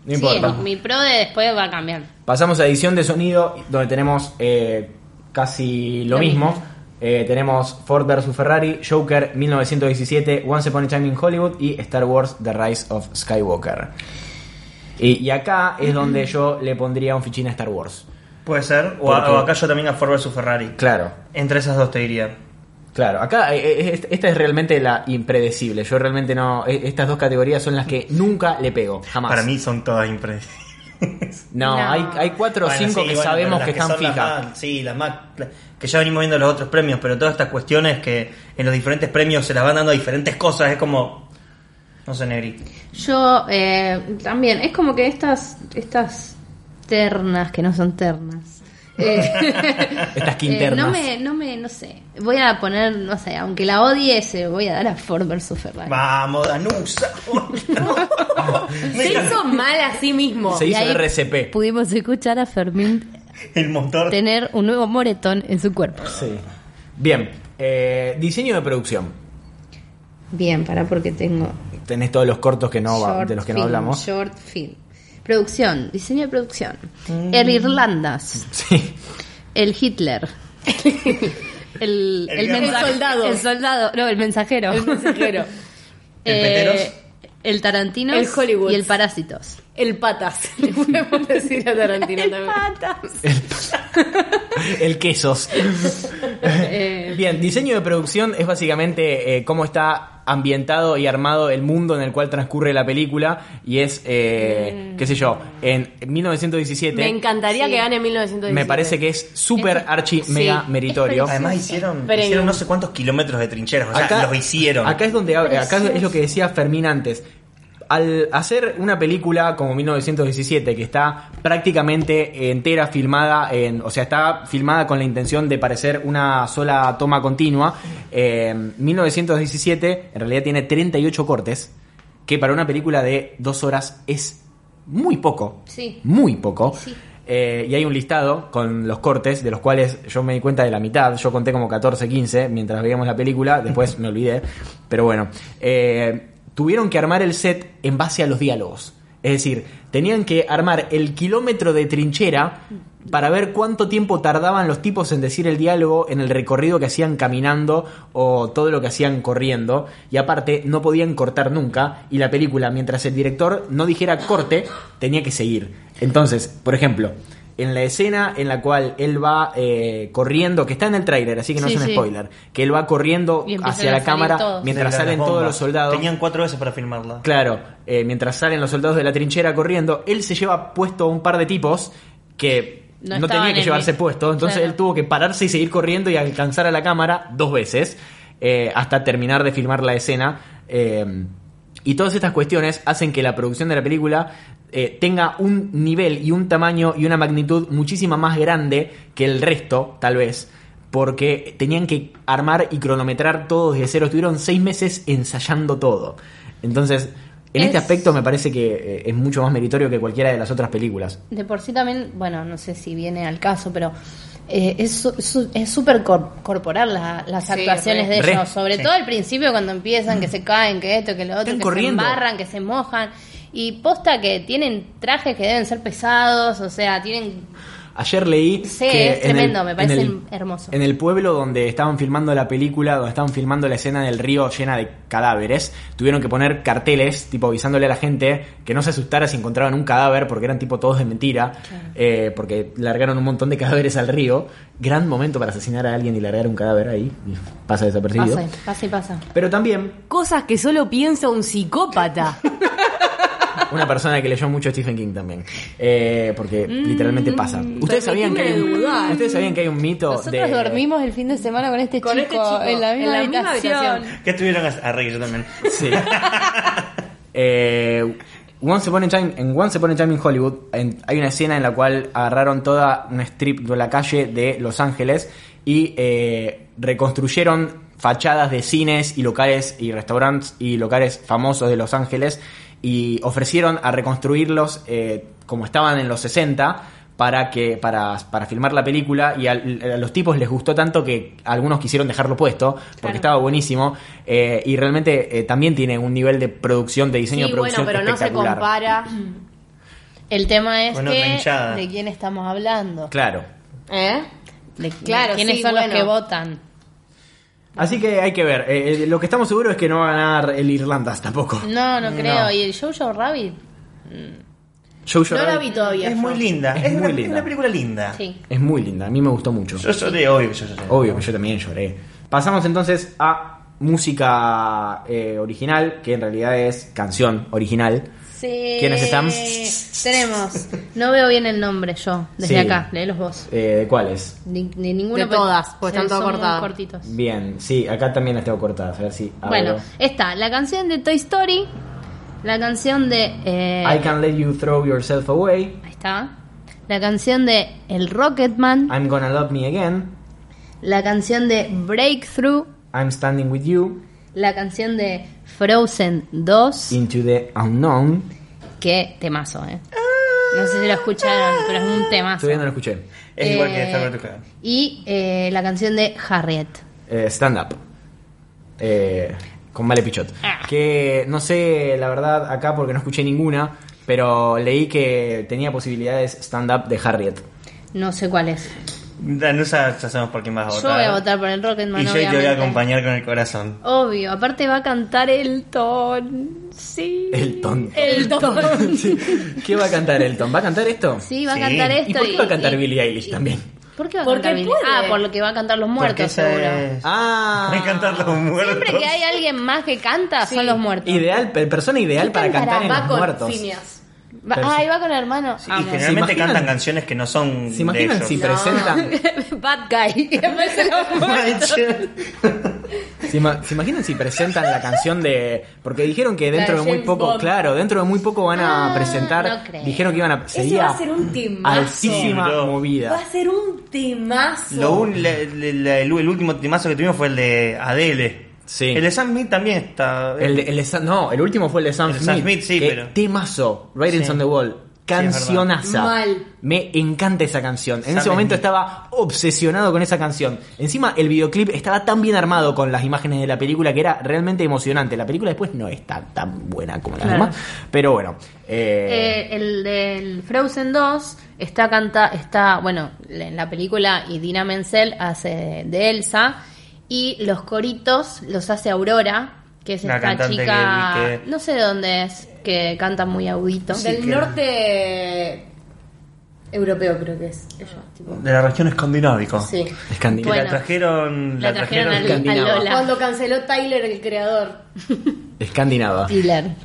No importa.
Sí, mi pro de después va a cambiar.
Pasamos a edición de sonido, donde tenemos eh, casi lo,
Lo
mismo.
mismo.
Eh, tenemos Ford vs Ferrari, Joker 1917, Once Upon a Time in Hollywood y Star Wars The Rise of Skywalker. Y, y acá es donde yo le pondría un fichín a Star Wars.
Puede ser, o,
¿Por
a-
qué?
o acá yo también a Ford vs Ferrari.
Claro,
Entre esas dos te diría.
claro. Acá eh, eh, esta es realmente la impredecible. Yo realmente no. eh, Estas dos categorías son las que nunca le pego, jamás.
Para mí son todas impredecibles.
No,
No.
Hay, hay cuatro o
Bueno,
cinco
sí,
que
bueno, pero
sabemos
las
que están
son las
fijas.
más- sí, las más. Que ya venimos viendo los otros premios, pero todas estas cuestiones que en los diferentes premios se las van dando a diferentes cosas, es como. No sé, Negri.
Yo eh, también, es como que estas, estas ternas, que no son ternas. eh,
Estas
eh,
quinternas.
no me, no me, no sé. Voy a poner, no sé, aunque la odie, se voy a dar a Ford vs Ferrari.
Vamos, Danusa. Me
Se
encanta.
hizo mal a sí mismo.
Se
Y
hizo
ahí
el RCP.
Pudimos escuchar a Fermín
El motor.
tener un nuevo moretón en su cuerpo.
Sí. Bien, eh, diseño de producción.
Bien, para porque tengo
Tenés todos los cortos que no va-
short
de los que no
film,
hablamos.
Short film. Producción, diseño de producción.
Mm.
El Irlandas.
Sí.
El Hitler. El,
El
el
gran-
mensaje-
El soldado.
El soldado. No, el mensajero. Eh,
El mensajero.
El Peteros.
El Tarantino.
El Hollywood.
Y el Parásitos.
El patas. Le podemos decir a Tarantino
El
también.
Patas.
El quesos.
Eh,
Bien, diseño de producción es básicamente eh, cómo está ambientado y armado el mundo en el cual transcurre la película y es, eh, qué sé yo, en 1917
Me encantaría
Sí.
que gane 1917.
me parece que es súper archi
Sí.
mega meritorio.
Además hicieron,
Premio.
hicieron no sé cuántos kilómetros de trincheras, o sea, los hicieron.
Acá es donde acá es lo que decía Fermín antes. Al hacer una película como 1917 que está prácticamente entera filmada en, o sea, está filmada con la intención de parecer una sola toma continua, eh, 1917 en realidad tiene 38 cortes, que para una película de dos horas es muy poco.
Sí.
Muy poco.
Sí.
Eh, y hay un listado con los cortes, de los cuales yo me di cuenta de la mitad. Yo conté como 14, 15 mientras veíamos la película, después me olvidé. Pero bueno, eh, tuvieron que armar el set en base a los diálogos. Es decir, tenían que armar el kilómetro de trinchera para ver cuánto tiempo tardaban los tipos en decir el diálogo en el recorrido que hacían caminando o todo lo que hacían corriendo. Y aparte, no podían cortar nunca. Y la película, mientras el director no dijera corte, tenía que seguir. Entonces, por ejemplo, en la escena en la cual él va eh, corriendo, que está en el tráiler, así que no
Sí,
es un
sí.
spoiler, que él va corriendo
Y empiezan
hacia
a
la
salir
cámara
todos.
mientras
De las
salen
bombas.
todos los soldados.
Tenían cuatro veces para filmarla.
Claro, eh, mientras salen los soldados de la trinchera corriendo, él se lleva puesto a un par de tipos que no, tenía
No estaban
que
en
llevarse
el-
puesto, entonces
Claro.
él tuvo que pararse y seguir corriendo y alcanzar a la cámara dos veces eh, hasta terminar de filmar la escena. eh, y todas estas cuestiones hacen que la producción de la película eh, tenga un nivel y un tamaño y una magnitud muchísima más grande que el resto, tal vez. Porque tenían que armar y cronometrar todo desde cero. Estuvieron seis meses ensayando todo. Entonces, en este
Es-
aspecto me parece que eh, es mucho más meritorio que cualquiera de las otras películas.
De por sí también, bueno, no sé si viene al caso, pero eh, es su- su- es súper cor- corporal la- las
Sí,
actuaciones
re.
de
Re.
ellos, sobre
Sí.
todo al principio cuando empiezan, que se caen, que esto, que lo otro,
Están
que
corriendo.
se embarran, que se mojan. Y posta que tienen trajes que deben ser pesados, o sea, tienen...
Ayer leí.
Sí,
que
es tremendo, me parece hermoso.
En el pueblo donde estaban filmando la película, donde estaban filmando la escena del río llena de cadáveres, tuvieron que poner carteles, tipo avisándole a la gente que no se asustara si encontraban un cadáver, porque eran tipo todos de mentira, eh, porque largaron un montón de cadáveres al río. Gran momento para asesinar a alguien y largar un cadáver ahí, y pasa desapercibido.
Pasa, pasa y pasa.
Pero también,
Cosas que solo piensa un psicópata.
una persona que leyó mucho Stephen King también. Eh, porque literalmente pasa.
Mm,
¿Ustedes sabían, que hay
permitime
un,
dudar.
¿Ustedes sabían que hay un mito
Nosotros
de...
dormimos el fin de semana con este,
Con
chico,
este chico,
en la misma
en la misma
habitación.
habitación.
¿Qué estuvieron a, a reír también?
Sí. Eh, Once Upon a Time, en Once Upon a Time in Hollywood en- hay una escena en la cual agarraron toda una strip de la calle de Los Ángeles y eh, reconstruyeron fachadas de cines y locales y restaurantes y locales famosos de Los Ángeles y ofrecieron a reconstruirlos eh, como estaban en los 60 para que para, para filmar la película y al- a los tipos les gustó tanto que algunos quisieron dejarlo puesto porque estaba buenísimo eh, y realmente eh, también tiene un nivel de producción de diseño
Sí,
de
bueno,
producción
pero no se
espectacular.
compara.
El tema es
Con otra
que,
hinchada.
de quién estamos hablando,
claro
¿Eh?
de, de
Claro,
quiénes
sí,
son
bueno.
los que votan.
así que hay que ver Eh, eh, lo que estamos seguros es que no va a ganar el Irlandas tampoco
No, no creo.
Mm, No.
¿Y el Jojo Rabbit?
Jojo
No la
Rabbit
vi todavía.
Es
yo.
muy linda.
Es
Es, una,
muy
es
linda.
una película linda.
Sí.
es muy linda a mí me gustó mucho
Yo lloré, obvio que yo lloré.
Obvio que yo también lloré. Pasamos entonces a música eh, original, que en realidad es canción original.
sí.
¿Quiénes están?
Eh, Tenemos. No veo bien el nombre yo, desde
Sí.
acá. Léelos vos.
Eh, ¿De cuáles?
Ni, ni ninguno,
De
pero-
todas, porque están
son
todas
muy
cortadas.
cortitos.
Bien, sí, acá también las tengo cortadas, a ver si abro.
Bueno, está la canción de Toy Story, la canción de... eh,
I can let you throw yourself away,
Ahí está. La canción de El Rocketman,
I'm gonna love me again,
la canción de Breakthrough,
I'm standing with you,
la canción de Frozen 2,
into the unknown.
que temazo, ¿eh? No sé si lo escucharon, pero es un temazo.
Todavía no lo escuché.
Es igual que
Eh,
Star Wars Tucana.
Y eh, la canción de Harriet.
Eh, stand up. Eh, con Vale Pichot.
Ah.
Que no sé, la verdad, acá porque no escuché ninguna. pero leí que tenía posibilidades stand-up de Harriet.
No sé cuál es.
Da, No sa- ya sabemos por quién vas a votar.
Yo voy a votar por el Rocketman.
Y yo te voy a
obviamente.
acompañar con el corazón.
Obvio, aparte va a cantar Elton. Sí.
Elton.
Elton.
¿Qué va a cantar Elton? ¿Va a cantar esto?
Sí, va
Sí.
a cantar esto.
¿Y por qué va a cantar Billie Eilish también?
¿Por qué va a
Porque
cantar Billie?
puede.
Ah, por lo que va a cantar los
Porque
muertos,
esa
seguro.
es-
Ah.
Hay que cantar los muertos.
Siempre que hay alguien más que canta, son los muertos.
Ideal, pe- persona ideal
¿Qué
para cantar
cantará?
en
Va
los
con
muertos.
Phineas.
Va-
Pero
ah,
sí.
y va con el hermano.
Sí, y
Amo.
generalmente
¿Se imaginan?
cantan canciones que no son
¿Se imaginan
de
si
ellos.
presentan?
Bad guy. En vez de los muertos.
¿Se, ima- se imaginan si presentan la canción de.? Porque dijeron que dentro de,
de
muy
James
poco.
Bond.
Claro, dentro de muy poco van a
Ah,
presentar.
no creo.
dijeron que iban a.
Ese
Sería
va a ser un temazo.
altísima
Sí, bro.
Va
movida.
a ser un temazo.
Lo un- le- le- le- el, el último timazo que tuvimos fue el de Adele.
Sí.
El de Sam Smith también está.
El, de- el de Sam- no, el último fue el de Sam
El de
Smith.
Sam Smith, sí,
que
pero-
Temazo, Writings
Sí.
on the Wall.
Sí, es verdad.
Cancionaza.
Mal.
Me encanta esa canción. En
Sam
ese momento
Smith.
estaba obsesionado con esa canción. Encima, el videoclip estaba tan bien armado con las imágenes de la película que era realmente emocionante. La película después no está tan buena como la
Claro.
demás. Pero bueno. eh,
Eh, el del Frozen 2 está canta está bueno en la película y Dina Menzel hace de Elsa y los coritos los hace Aurora que es
La
esta
cantante
chica
que- que-
no sé de dónde es que canta muy agudito
Sí,
Del
que-
norte europeo creo que es. Ella, tipo.
De la región escandinávica.
Sí.
Que
Escandinava.
Eh, Bueno.
la trajeron.
la trajeron al,
trajeron
a Lola
Cuando canceló Tyler el creador.
Escandinava.
Pilar.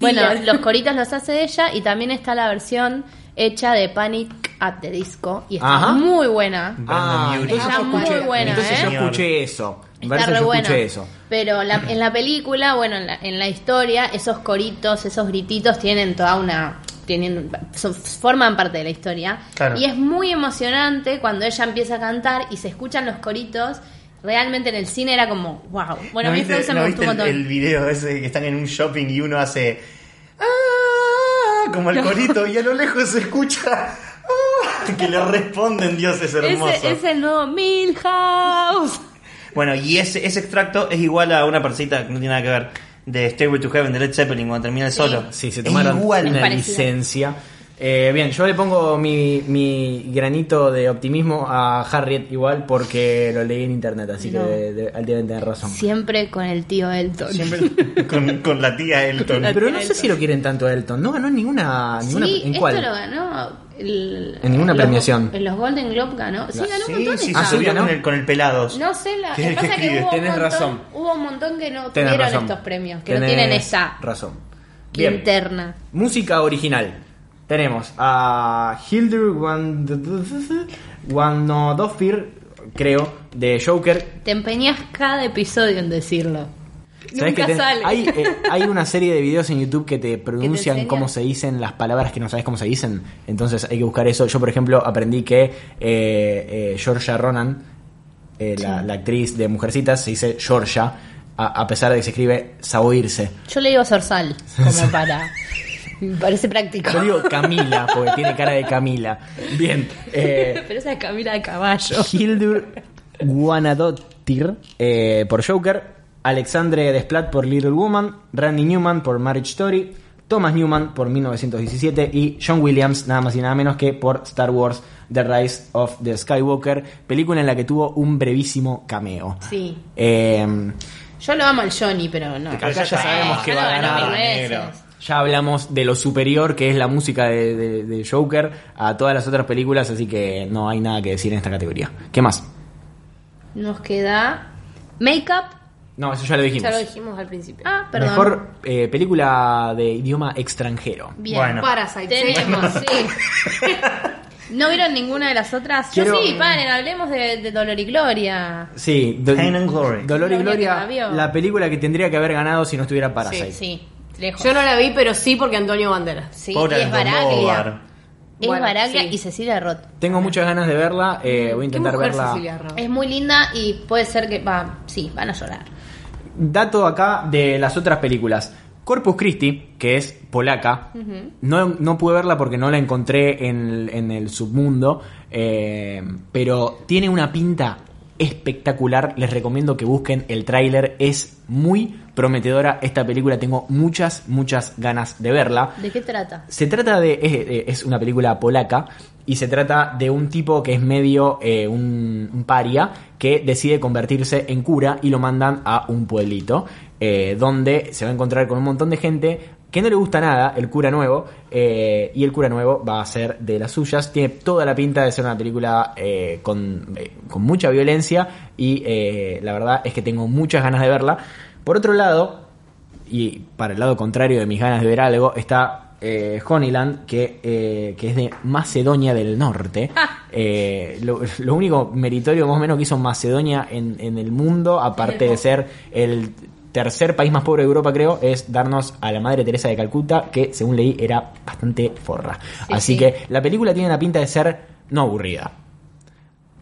Bueno,
Pilar.
los coritos los hace ella y también está la versión hecha de Panic at the Disco y está
Ajá.
muy buena.
Brandon Urie.
entonces yo
Está muy
escuché,
buena,
entonces
¿eh?
yo escuché eso. Me
Está
parece que
re
yo
bueno.
escuché eso.
Pero la- en la película, bueno, en la, en la historia, esos coritos, esos grititos tienen toda una. Tienen, son- forman parte de la historia.
Claro.
Y es muy emocionante cuando ella empieza a cantar y se escuchan los coritos. Realmente en el cine era como, wow. Bueno,
¿No
a mí
viste,
Frozen
no
me
viste
gustó
el,
un montón.
el video ese que están en un shopping y uno hace. "Ah", Como el corito y a lo lejos se escucha. "Ah", Que le responden, Dios, es hermoso.
Ese- es el nuevo Milhouse.
Bueno, y ese, ese extracto es igual a una parcita que no tiene nada que ver de Stairway to Heaven de Led Zeppelin cuando termina el solo.
Sí, se
Es
tomaron
igual.
una
Parecido.
licencia. Eh, bien, yo le pongo mi, mi granito de optimismo a Harriet igual porque lo leí en internet, así
No.
que de- de- al deben tener razón.
Siempre con el tío Elton.
Siempre con, con la tía Elton.
Em, Pero no sé si lo quieren tanto a Elton. No ganó en ninguna, ninguna
sí,
¿en
esto
cuál?
lo ganó. el-
En ninguna
los-
premiación.
En los Golden Globe ganó. Sí, ganó un
Sí,
montón de
sí,
Ah,
se
sí,
subió
¿no?
con el, con el pelados.
No sé, la,
¿Qué-
lo que
qué
pasa que
escribe?
hubo un,
Tenés
montón,
razón.
hubo un montón que no
Tenés
tuvieron
razón.
estos premios, que no
Tenés
tienen esa
razón. Bien.
interna.
Música original. Tenemos a Hildur Wanodofir, creo, de Joker,
Te empeñas cada episodio en decirlo.
¿Sabés
Nunca
que te-
sale.
Hay, eh, hay una serie de videos en YouTube que te pronuncian
enseñan.
cómo se dicen las palabras que no sabes cómo se dicen. Entonces hay que buscar eso. Yo, por ejemplo, aprendí que eh, eh, Georgia Ronan, eh, la, la actriz de Mujercitas, se dice Georgia, a, a pesar de que se escribe Saoirse.
Yo le digo zorzal, como para... Me parece práctico.
Yo digo Camila, porque tiene cara de Camila. Bien. eh,
Pero esa es Camila de caballo.
Hildur Guanadottir eh, por Joker, Alexandre Desplat por Little Woman, Randy Newman por Marriage Story, Thomas Newman por 1917 y John Williams nada más y nada menos que por Star Wars The Rise of the Skywalker, película en la que tuvo un brevísimo cameo.
Sí.
Eh,
Yo lo amo al Johnny, pero no.
Acá ya sabemos que
lo
va a
ganó
ganar,
mil veces.
negro.
ya hablamos de lo superior que es la música de, de- de Joker a todas las otras películas, así que no hay nada que decir en esta categoría. ¿Qué más?
Nos queda... Makeup.
No, eso ya lo dijimos.
Ya lo dijimos al principio.
Ah, perdón.
Mejor eh, película de idioma extranjero.
Bien.
Bueno.
Parasite.
Tenemos, sí. ¿No vieron ninguna de las otras?
Quiero-
Yo sí, paren, hablemos de, de Dolor y Gloria.
Sí, Do-
Pain and Glory.
Dolor y
Gloria que
Gloria,
la vio.
la película que tendría que haber ganado si no estuviera Parasite.
Sí, sí, lejos.
Yo no la vi, pero sí porque Antonio Banderas.
Sí,
Pobre
y es Baraglia.
Almodóvar.
Es
Bueno,
Baraglia
sí.
y Cecilia Roth.
Tengo muchas ganas de verla, eh, voy a intentar verla.
Es muy linda y puede ser que va, sí, van a llorar.
Dato acá de las otras películas. Corpus Christi, que es polaca, no, no pude verla porque no la encontré en, el- en el submundo, eh, pero tiene una pinta espectacular. Les recomiendo que busquen el tráiler, es muy, prometedora esta película. Tengo muchas, muchas ganas de verla.
¿De qué trata?
Se trata de. Es, eh, es una película polaca y se trata de un tipo que es medio eh, un, un paria que decide convertirse en cura y lo mandan a un pueblito eh, donde se va a encontrar con un montón de gente que no le gusta nada el cura nuevo eh, y el cura nuevo va a ser de las suyas tiene toda la pinta de ser una película eh, con, eh, con mucha violencia y eh, la verdad es que tengo muchas ganas de verla por otro lado y para el lado contrario de mis ganas de ver algo, está eh, Honeyland, que, eh, que es de Macedonia del Norte.
Ah.
Eh, lo, lo único meritorio más o menos que hizo Macedonia en, en el mundo, aparte de ser el tercer país más pobre de Europa, creo, es darnos a la Madre Teresa de Calcuta, que según leí era bastante forra. Así
sí.
que la película tiene la pinta de ser no aburrida,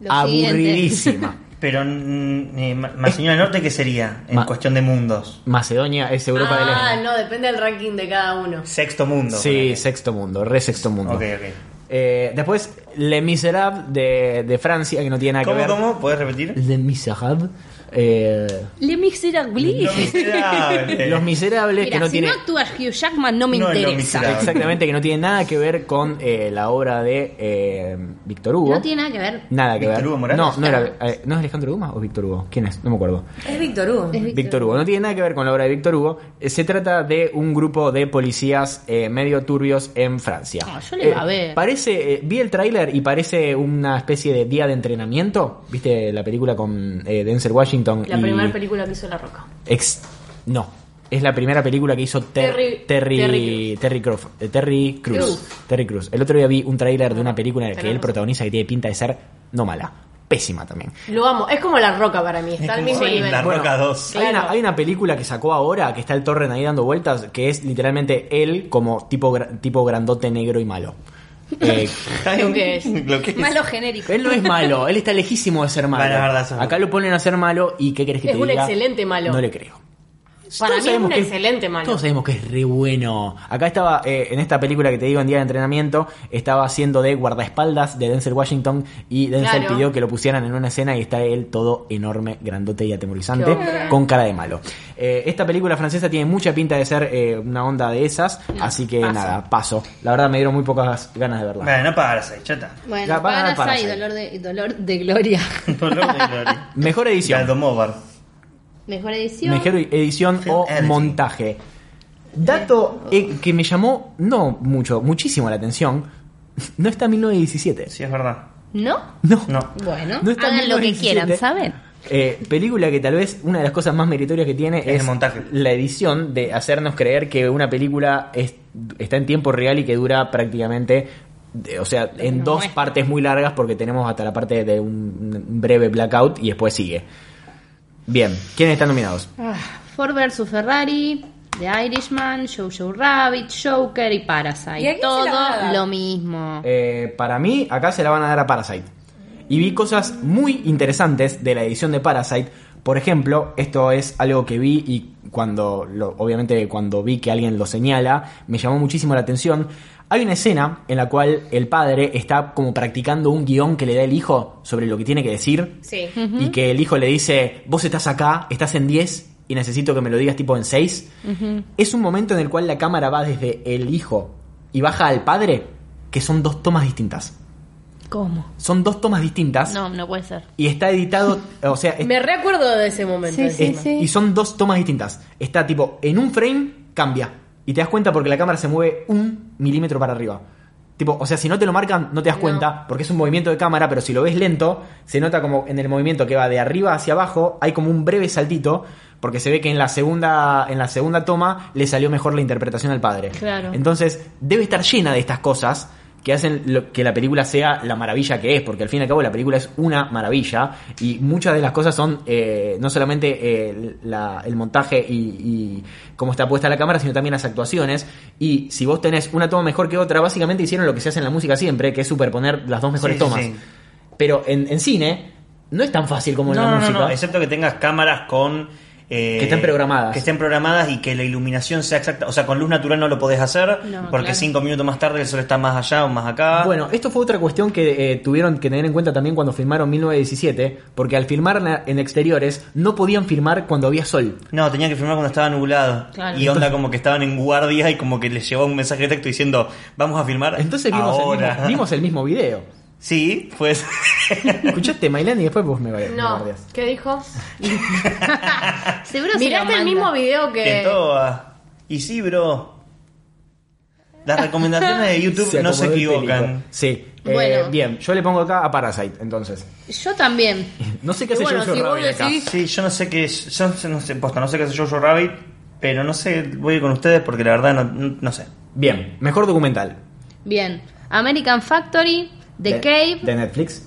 Lo siguiente.
aburridísima.
Pero mm, eh, Ma- Macedonia del Norte, ¿qué sería en
Ma-
cuestión de mundos?
Macedonia es Europa del
ah,
Este.
no, depende del ranking de cada uno.
Sexto mundo.
Sí, sexto mundo, re sexto mundo.
Ok, ok.
Eh, después, Le Miserable de, de Francia, que no tiene nada que
¿Cómo,
ver.
cómo? ¿Puedes repetir?
Le Miserable. eh,
Le Miserable.
Lo miserable.
Los Miserables,
Mira,
que no
si
tiene.
no actúas Hugh Jackman, no me
No es Lo
interesa.
Miserable.
Exactamente, que no tiene nada que ver con eh, la obra de eh, Víctor Hugo.
No tiene nada que ver.
Nada que
¿Víctor
ver.
Hugo Morales?
No, no, era, eh, ¿no es Alejandro Dumas o Víctor Hugo? ¿Quién es? No me acuerdo.
Es Víctor Hugo.
Es
Víctor Hugo. No tiene nada que ver con la obra de Víctor Hugo. Eh, Se trata de un grupo de policías eh, medio turbios en Francia.
Ah, yo le iba a ver.
Parece, eh, vi el tráiler y parece una especie de día de entrenamiento. ¿Viste la película con eh, Denzel Washington?
La
y-
primera película que hizo La Roca.
Ex- no, es la primera película que hizo Ter-
Terry-
Terry
Terry
Terry Crof- eh, Terry Cruz.
Cruz.
Terry Cruz. El otro día vi un tráiler de una película en la que él
Tenemos-
protagoniza que tiene pinta de ser no mala, pésima también.
Lo amo. Es como La Roca para mí. Está al
como
mismo
sí,
nivel.
La
Bueno,
Roca 2.
Hay,
Claro.
una, hay una película que sacó ahora, que está el Torren ahí dando vueltas, que es literalmente él como tipo, gra- tipo grandote negro y malo. Eh,
Lo que es.
Lo que es.
Malo genérico.
él no es malo, él está lejísimo de ser malo.
Bueno, la verdad, eso es
Acá lo ponen a ser malo y ¿qué querés que
Es
te
un
diga?
excelente malo.
No le creo.
Para mí es
sabemos
un
que
excelente malo.
Todos sabemos que es re bueno. Acá estaba, eh, en esta película que te digo en día de entrenamiento, estaba haciendo de guardaespaldas de Denzel Washington y Denzel
Claro.
pidió que lo pusieran en una escena y está él todo enorme, grandote y atemorizante,
Qué hombre.
con cara de malo. Eh, esta película francesa tiene mucha pinta de ser eh, una onda de esas, así que
Mm. paso.
nada, paso. La verdad me dieron muy pocas ganas de verla.
Bueno, Parasite, ya está.
Ya,
Bueno,
para,
para,
para,
y
sí.
dolor de, y dolor de gloria.
Por lo menos, Gloria.
Mejor
De
edición.
Almodóvar.
Mejor edición.
Mejor edición
Film
o
editing.
montaje. Dato eh, que me llamó, no mucho, muchísimo la atención. No está 1917.
Sí, es verdad.
¿No?
No.
No.
Bueno,
No está
hagan lo que
1917.
quieran, ¿saben?
Eh, película que tal vez una de las cosas más meritorias que tiene es,
el montaje.
la edición de hacernos creer que una película es- está en tiempo real y que dura prácticamente, de- o sea,
que
en
nos
dos
muestra.
partes muy largas porque tenemos hasta la parte de un breve blackout y después sigue. Bien, ¿quiénes están nominados?
Ford vs Ferrari, The Irishman, Jojo Rabbit, Joker y Parasite.
¿Y a quién se la van a
Todo
dar?
lo mismo.
Eh, para mí, acá se la van a dar a Parasite. Y vi cosas muy interesantes de la edición de Parasite. Por ejemplo, esto es algo que vi y cuando, lo- obviamente, cuando vi que alguien lo señala, me llamó muchísimo la atención. Hay una escena en la cual el padre está como practicando un guión que le da el hijo sobre lo que tiene que decir
Sí.
y que el hijo le dice, vos estás acá, estás en 10 y necesito que me lo digas tipo en 6, es un momento en el cual la cámara va desde el hijo y baja al padre, que son dos tomas distintas.
¿Cómo?
Son dos tomas distintas
No, no puede ser.
y está editado, o sea, es-
Me recuerdo de ese momento.
Sí, sí,
encima.
sí.
y son dos tomas distintas. Está tipo, en un frame cambia y te das cuenta porque la cámara se mueve un milímetro para arriba. Tipo, o sea, si no te lo marcan, no te das cuenta, porque es un movimiento de cámara, pero si lo ves lento, se nota como en el movimiento que va de arriba hacia abajo, hay como un breve saltito, porque se ve que en la segunda, en la segunda toma le salió mejor la interpretación al padre.
Claro.
Entonces, debe estar llena de estas cosas que hacen lo- que la película sea la maravilla que es, porque al fin y al cabo la película es una maravilla y muchas de las cosas son eh, no solamente eh, la- el montaje y, y cómo está puesta la cámara, sino también las actuaciones. Y si vos tenés una toma mejor que otra, básicamente hicieron lo que se hace en la música siempre, que es superponer las dos mejores
Sí, sí,
tomas.
sí.
Pero en, en cine no es tan fácil como en
No,
la
no, no,
música.
no, excepto que tengas cámaras con eh,
Que estén programadas.
Que estén programadas y que la iluminación sea exacta. O sea, con luz natural no lo podés hacer
No,
porque
claro.
cinco minutos más tarde el sol está más allá o más acá.
Bueno, esto fue otra cuestión que eh, tuvieron que tener en cuenta también cuando filmaron 1917, porque al filmar na- en exteriores no podían filmar cuando había sol.
No, tenía que firmar cuando estaba nublado.
Claro.
Y onda como que estaban en guardia y como que les llevaba un mensaje de texto diciendo, vamos a firmar.
Entonces vimos, el
ahora".
mismo, vimos el mismo video.
Sí, pues.
Escuchaste Mailand y después vos me me
No,
bardeás.
¿qué dijo?
Seguro se lo
Miraste
manda.
el este mismo video que...
que toa. Y sí, bro. Las recomendaciones de YouTube
Se
no se
acomodó el
equivocan.
pelito. Sí. Eh,
Bueno.
bien, yo le pongo acá a Parasite, entonces.
Yo también.
No sé qué
Y
hace
bueno,
Jojo
si vos
Rabbit acá.
decís-
Sí, yo no sé qué es. Yo no sé- no sé, posta, no sé qué es Jojo Rabbit, pero no sé, voy a ir con ustedes porque la verdad no, no- no sé.
Bien, mejor documental.
Bien. American Factory, The
De-
Cave.
De Netflix.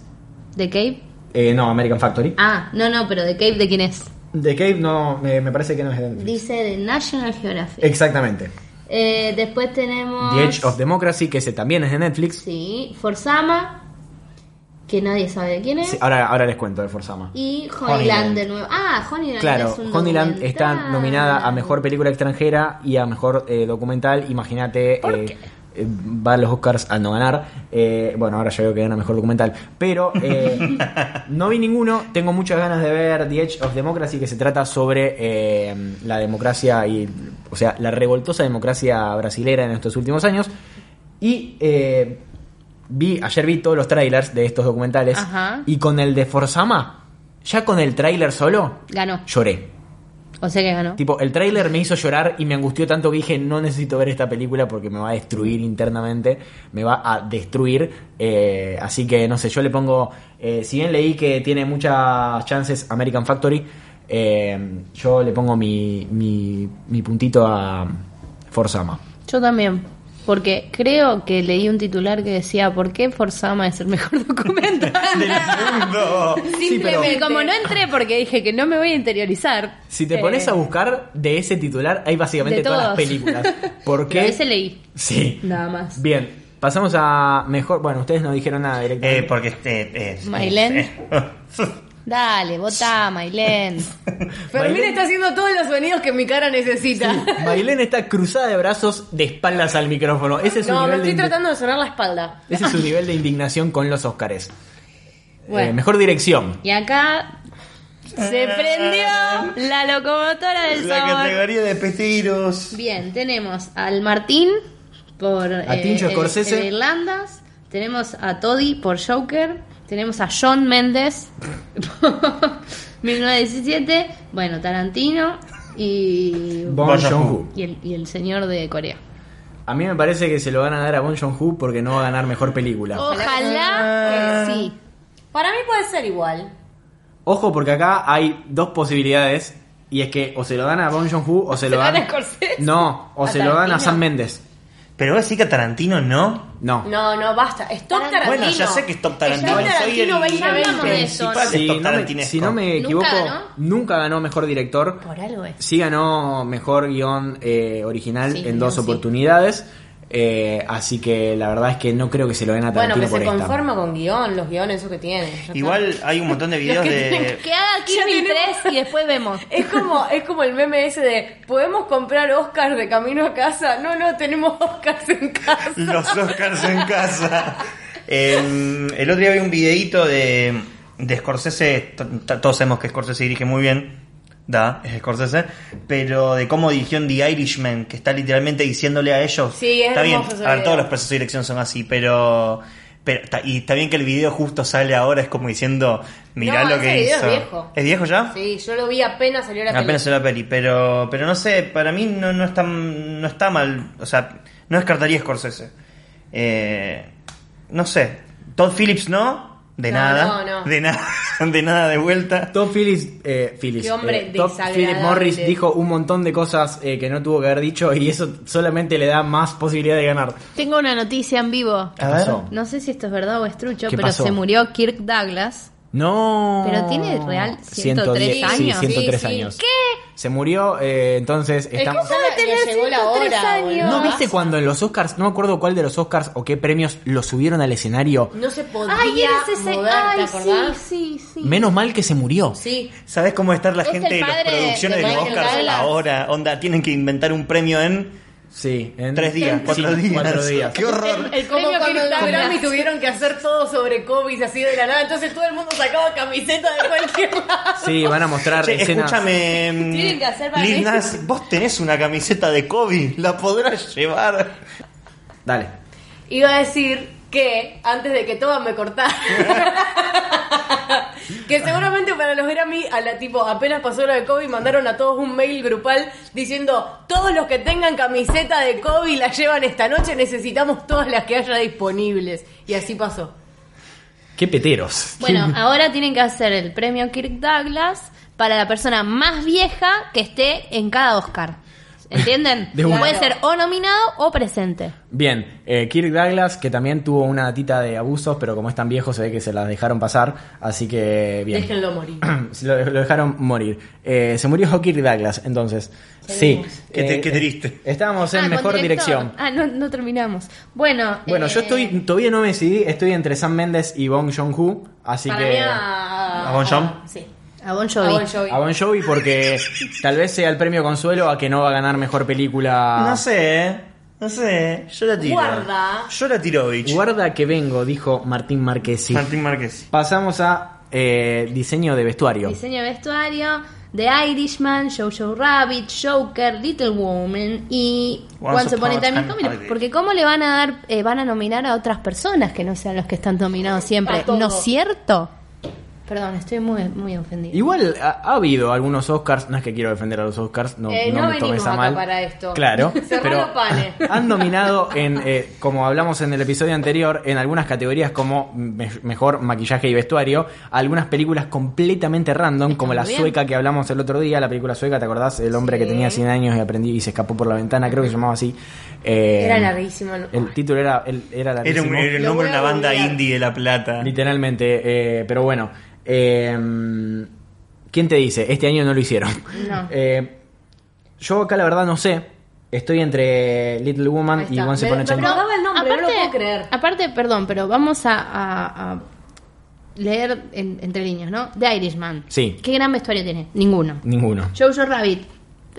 ¿The Cave?
Eh, no, American Factory.
Ah, no, no, pero The Cave de quién es.
The Cave no, me, me parece que no es de Netflix.
Dice de National Geographic.
Exactamente.
Eh, después tenemos.
The Edge of Democracy, que ese también es de Netflix.
Sí, Forzama, que nadie sabe de quién es.
Sí, ah, ahora, ahora les cuento de Forzama.
Y
Honeyland.
Honeyland de nuevo. Ah, Honeyland.
Claro,
es un
Honeyland está
documental.
nominada a Mejor Película Extranjera y a Mejor eh, Documental. Imagínate, eh, eh, va a los Oscars al no ganar. Eh, bueno, ahora yo veo que gana Mejor Documental. Pero eh, no vi ninguno. Tengo muchas ganas de ver The Edge of Democracy, que se trata sobre eh, la democracia y, o sea, la revoltosa democracia brasilera en estos últimos años. Y eh, vi, ayer vi todos los trailers de estos documentales.
Ajá.
Y con el de Forzama, ya con el trailer solo,
Ganó.
lloré.
O sea que ganó.
Tipo, el tráiler me hizo llorar y me angustió tanto que dije, no necesito ver esta película porque me va a destruir internamente, me va a destruir. Eh, así que, no sé, yo le pongo, eh, si bien leí que tiene muchas chances American Factory, eh, yo le pongo mi, mi, mi puntito a Forzama.
Yo también. Porque creo que leí un titular que decía: ¿Por qué Forzama es el mejor
Del
documental?
mundo.
Simplemente. como no entré porque dije que no me voy a interiorizar.
Si te pones a buscar de ese titular, hay básicamente
Eh. de
todas las
todos.
películas. ¿Por qué?
Porque ese leí.
Sí.
Nada más.
Bien. Pasamos a mejor. Bueno, ustedes no dijeron nada directamente.
Eh, porque este. eh,
Mailén.
eh.
Dale, votá, Mailén.
Fermín
Bailén.
está haciendo todos los sonidos que mi cara necesita.
Mailena está cruzada de brazos de espaldas al micrófono. Ese es su,
No, me
nivel, de
estoy
indi-
tratando de sonar la espalda.
ese es su nivel de indignación con los Óscares.
Bueno.
Eh, mejor dirección.
Y acá se prendió la locomotora del
La
sabor.
categoría de pesteros.
Bien, tenemos al Martín por eh,
A Tincho Scorsese.
el Irlandas, tenemos a Toddy por Joker, tenemos a John Méndez por 1917, bueno, Tarantino y,
Bon
Bon
Joon-ho.
y, el, y el señor de Corea.
A mí me parece que se lo van a dar a Bon Joon-ho porque no va a ganar mejor película.
Ojalá que sí.
Para mí puede ser igual.
Ojo porque acá hay dos posibilidades y es que o se lo dan a Bon Joon-ho o se, lo
dan
dan
a Scorsese.
No, o
¿A
se lo dan a
Tarantino?
Sam Mendes.
Pero vos decís que a Tarantino no.
No.
No, no, basta. Stop Tarantino.
Bueno, ya sé que es Top Tarantino.
Stop
Soy el
Tarantino 2020.
Hablamos de eso,
principal
Si,
Stop
no me,
Tarantinesco.
si no me
Nunca
equivoco,
ganó.
nunca ganó mejor director.
Por algo es.
Sí ganó mejor guión eh, original
Sí,
en dos
guión, sí.
oportunidades. eh, así que la verdad es que no creo que se lo den a
Bueno,
Tarantino
que se
por esta.
conforma con guión, los guiones, eso que tiene. ya está.
Igual hay un montón de videos de.
Que haga
Ya
Kill Bill
tenemos-
3 y después vemos.
Es como, es como el meme ese de ¿podemos comprar Oscar de camino a casa? No, no, tenemos Oscars en casa.
Los Oscars en casa. Eh, el otro día vi un videíto de, de Scorsese. T- t- Todos sabemos que Scorsese dirige muy bien. Da, es Scorsese. Pero de cómo dirigió en The Irishman, que está literalmente diciéndole a ellos.
Sí, es
Está bien.
hermoso ese
A ver,
video.
todos los procesos de dirección son así, pero. Pero, ta- y está bien que el video justo sale ahora, es como diciendo, mirá
No,
lo
ese
que
video
hizo.
es viejo.
¿Es viejo ya?
Sí, yo lo vi apenas salió la
Apenas
película.
en la peli, pero, pero no sé, para mí no, no, está, no está mal. O sea, no descartaría Scorsese. Eh, no sé. Todd Phillips no, de
No,
nada.
no, no.
De nada, de nada de vuelta.
Tom Phillips, eh, Phillips,
Qué hombre
eh, Tom
desagradable.
Philip Morris dijo un montón de cosas eh, que no tuvo que haber dicho y eso solamente le da más posibilidad de ganar.
Tengo una noticia en vivo.
A ver.
Pasó.
No sé si esto es verdad o es trucho,
¿Qué
pero
pasó?
se murió Kirk Douglas,
No.
Pero tiene real 103
Sí,
años.
103
Sí, sí.
años. Se murió, eh, entonces estamos...
esa-
Solo tenía
Le llegó la
103
hora,
años.
boludo.
¿No viste cuando en los Oscars, no me acuerdo cuál de los Oscars o qué premios lo subieron al escenario?
No se podía
Ay, eres ese.
mover, ¿te
Ay,
acordás?
sí, sí, sí.
Menos mal que se murió.
Sí.
¿Sabes cómo está la
Es
gente
el
de las
padre
producciones
de
de, los
Michael
Oscars
Douglas.
ahora? Onda, tienen que inventar un premio en
Sí, en
tres días, cuatro
Sí,
días.
cuatro días.
¡Qué horror!
El como
premio
cuando
que
los
está-
Grammy tuvieron que hacer todo sobre COVID así de la nada, entonces todo el mundo sacaba camiseta de cualquier lado.
Sí, van a mostrar
Che,
escenas.
escúchame, mm,
Tienen que hacer para
Lil
eso.
Nas, vos tenés una camiseta de Kobe, la podrás llevar.
Dale.
Iba a decir que antes de que todo me cortara, que seguramente para los Grammy, a la, tipo, apenas pasó lo de Kobe, mandaron a todos un mail grupal diciendo: Todos los que tengan camiseta de Kobe la llevan esta noche, necesitamos todas las que haya disponibles. Y así pasó.
Qué peteros.
Bueno, ahora tienen que hacer el premio Kirk Douglas para la persona más vieja que esté en cada Oscar. ¿Entienden?
De una.
Puede ser o nominado o presente.
Bien, eh, Kirk Douglas, que también tuvo una datita de abusos, pero como es tan viejo, se ve que se las dejaron pasar. Así que, bien.
Déjenlo morir.
lo, lo dejaron morir. Eh, se murió Kirk Douglas, entonces. Sí.
Qué te-
Eh,
qué triste.
Estábamos en
Ah, con
mejor
director.
dirección.
Ah, no, no terminamos. Bueno,
Bueno,
eh,
yo estoy, todavía no me decidí, estoy entre Sam Mendes y Bong Joon-ho, así
para
que...
mí, a.
ah,
¿A Bon Jovi?
Sí.
A Bon
A
Jovi.
Bon Jovi.
A Bon Jovi porque tal vez sea el premio consuelo a que no va a ganar mejor película.
No sé, eh. no sé, yo la tiro.
Guarda.
Yo la tiro, bitch.
Guarda que vengo, dijo Martín Marquesi.
Martín Márquez.
Pasamos a eh, diseño de vestuario.
Diseño de vestuario, The Irishman, Jojo Rabbit, Joker, Little Woman y Once, Upon a Time in Comedy.
Hollywood.
Porque cómo le van a dar, eh, van a nominar a otras personas que no sean los que están nominados siempre,
A todo.
¿no es cierto? Perdón, estoy muy, muy ofendida.
Igual ha, ha habido algunos Oscars, no es que quiero defender a los Oscars, no,
Eh,
no
no
me tomes
venimos
a
acá
mal.
para esto.
Claro,
Cerrá
pero
los panes.
han nominado en, eh, como hablamos en el episodio anterior, en algunas categorías como me- mejor maquillaje y vestuario, algunas películas completamente random,
Está
como la
muy bien.
sueca que hablamos el otro día, la película sueca, ¿te acordás? El hombre que
Sí.
tenía 100 años y aprendí y se escapó por la ventana, creo que se llamaba así. Eh,
Era larguísimo. ¿no?
El título era, el- era
Era,
larguísimo.
un- era el
Lo
nombre
voy
de
a
una banda
googlear.
indie de La Plata.
Literalmente, eh, pero bueno. eh, ¿Quién te dice? Este año no lo hicieron.
No.
Eh, yo acá la verdad no sé. Estoy entre Little
Ahí
Woman y
está.
Once
Me-
Upon a
me
Time.
acordaba el nombre, no lo puedo creer.
Aparte, perdón, pero vamos a, a- a leer en- entre líneas, ¿no? The Irishman.
Sí.
¿Qué gran vestuario tiene? Ninguno.
Ninguno.
Jojo Rabbit.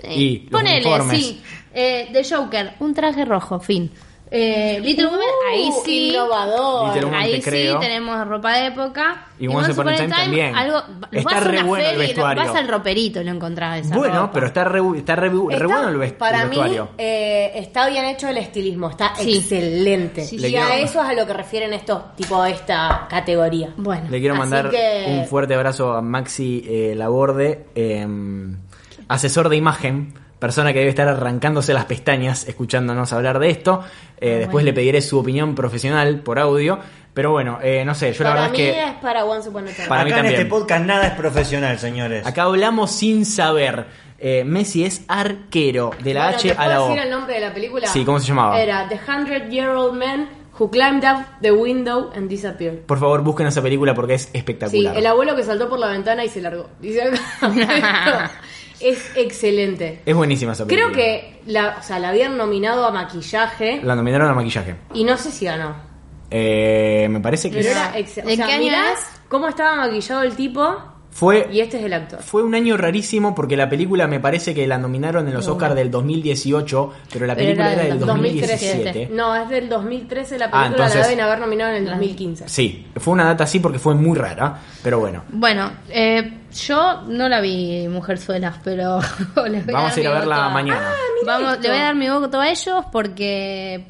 Eh,
Y los
ponele,
uniformes.
sí. Eh, The Joker, un traje rojo, fin. Eh, Little Woman,
Uh,
ahí sí.
Innovador.
Little Woman
Ahí
te
sí
creo.
tenemos ropa de época.
Y Once Upon a Time también.
Algo,
Está
vas a
re
una
bueno el
feria y lo-
vestuario.
vas al roperito y lo encontrás. esa
Bueno,
ropa.
pero está re, está re- Uh, re
Está-
bueno el vest-
Para
el vestuario.
mí eh, está bien hecho el estilismo, está
Sí.
excelente.
Sí,
Le
y
quiero-
a eso es a lo que refieren estos, tipo a esta categoría.
Bueno.
Le quiero
Así
mandar
que-
un fuerte abrazo a Maxi eh, Laborde, eh, asesor de imagen, persona que debe estar arrancándose las pestañas escuchándonos hablar de esto.
Ah,
Eh, Después le pediré su opinión profesional por audio. Pero bueno, eh, no sé, yo la
para
verdad
mí
es que
es para Once Upon a Time.
Para mí
Acá en
también.
este podcast nada es profesional, señores.
acá hablamos sin saber. Eh, Messi es arquero, de la
Bueno,
H
¿te
a la
puedo
O.
decir el nombre de la película?
Sí, ¿cómo se llamaba?
Era The Hundred Year Old Man Who Climbed Out the Window and Disappeared.
Por favor, busquen esa película porque es
Sí,
espectacular.
el abuelo que saltó por la ventana y se largó. Dice acá. es excelente.
Es buenísima esa película.
Creo que la, o sea, la habían nominado a maquillaje
La nominaron a maquillaje.
y no sé si ganó.
Eh, me parece que
Pero
es-
era ex- o
¿De
sea,
qué año
mirás
es?
cómo estaba maquillado el tipo
fue
y este es el actor.
Fue un año rarísimo porque la película me parece que la nominaron en los Oscars del 2018, pero la película era,
Era
del
del
2017.
2013.
No, es del 2013, la película
Ah, entonces-
la deben haber nominado en el 2015.
Sí, fue una data así porque fue muy rara, pero bueno.
Bueno, eh, yo no la vi, Mujerzuelas, pero les voy
Vamos
dar
a ir a
mi
verla
voto
mañana. Ah,
Vamos, le voy a dar mi voto a ellos porque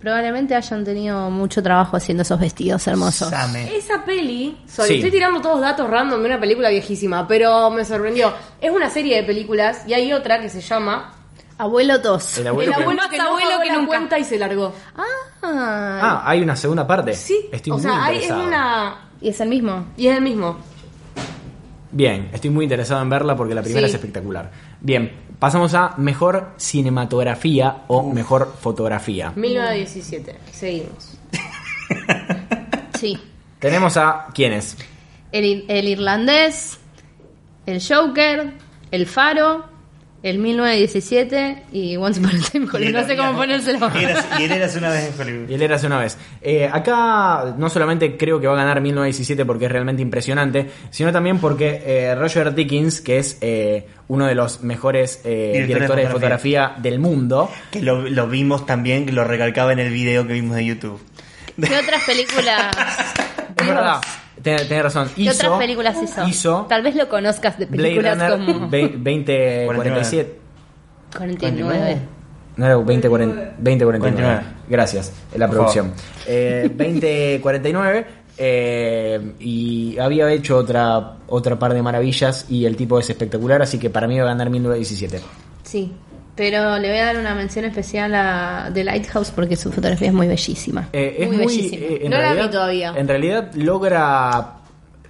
probablemente hayan tenido mucho trabajo haciendo esos vestidos hermosos.
Same.
Esa peli, sorry,
Sí.
estoy tirando todos datos random de una película viejísima, pero me sorprendió. Es una serie de películas y hay otra que se llama
Abuelo 2.
El abuelo
El
que-
abuelo que,
Más
no
abuelo
pagó
que
la
nunca.
cuenta y se largó.
Ah,
Ah, hay una segunda parte.
Sí,
estoy
o
muy
sea, hay, es
interesado.
una
y es el mismo.
y es el mismo.
Bien, estoy muy interesado en verla porque la primera
Sí.
es espectacular. Bien, pasamos a mejor cinematografía o mejor fotografía.
1917. Seguimos.
Sí.
Tenemos a quiénes?
el, ir- el irlandés, el Joker, el Faro, el 1917 y Once Upon a Time in Hollywood. No sé cómo ponérselo.
Y eras- Y él eras una vez en Hollywood.
Y él era hace una vez. Eh, acá no solamente creo que va a ganar 1917 porque es realmente impresionante, sino también porque eh, Roger Dickens, que es eh, uno de los mejores eh,
Directores de
directores de
fotografía.
fotografía del mundo,
Que lo, lo vimos también, que lo recalcaba en el video que vimos de YouTube.
¿Qué otras películas?
es verdad, ten- tenés razón.
¿Qué otras películas hizo?
hizo
Tal vez lo conozcas de
Blade
películas
Runner
como
2047.
49.
No era 2049. 2049.
49.
Gracias, la
Por
producción. Eh, 2049. eh, y había hecho otra otra par de maravillas y el tipo es espectacular, así que para mí va a ganar 1917.
Sí, pero le voy a dar una mención especial a The Lighthouse porque su fotografía es muy bellísima.
Eh, es
muy,
muy,
bellísima.
eh, en
No la
realidad-
vi todavía.
En realidad logra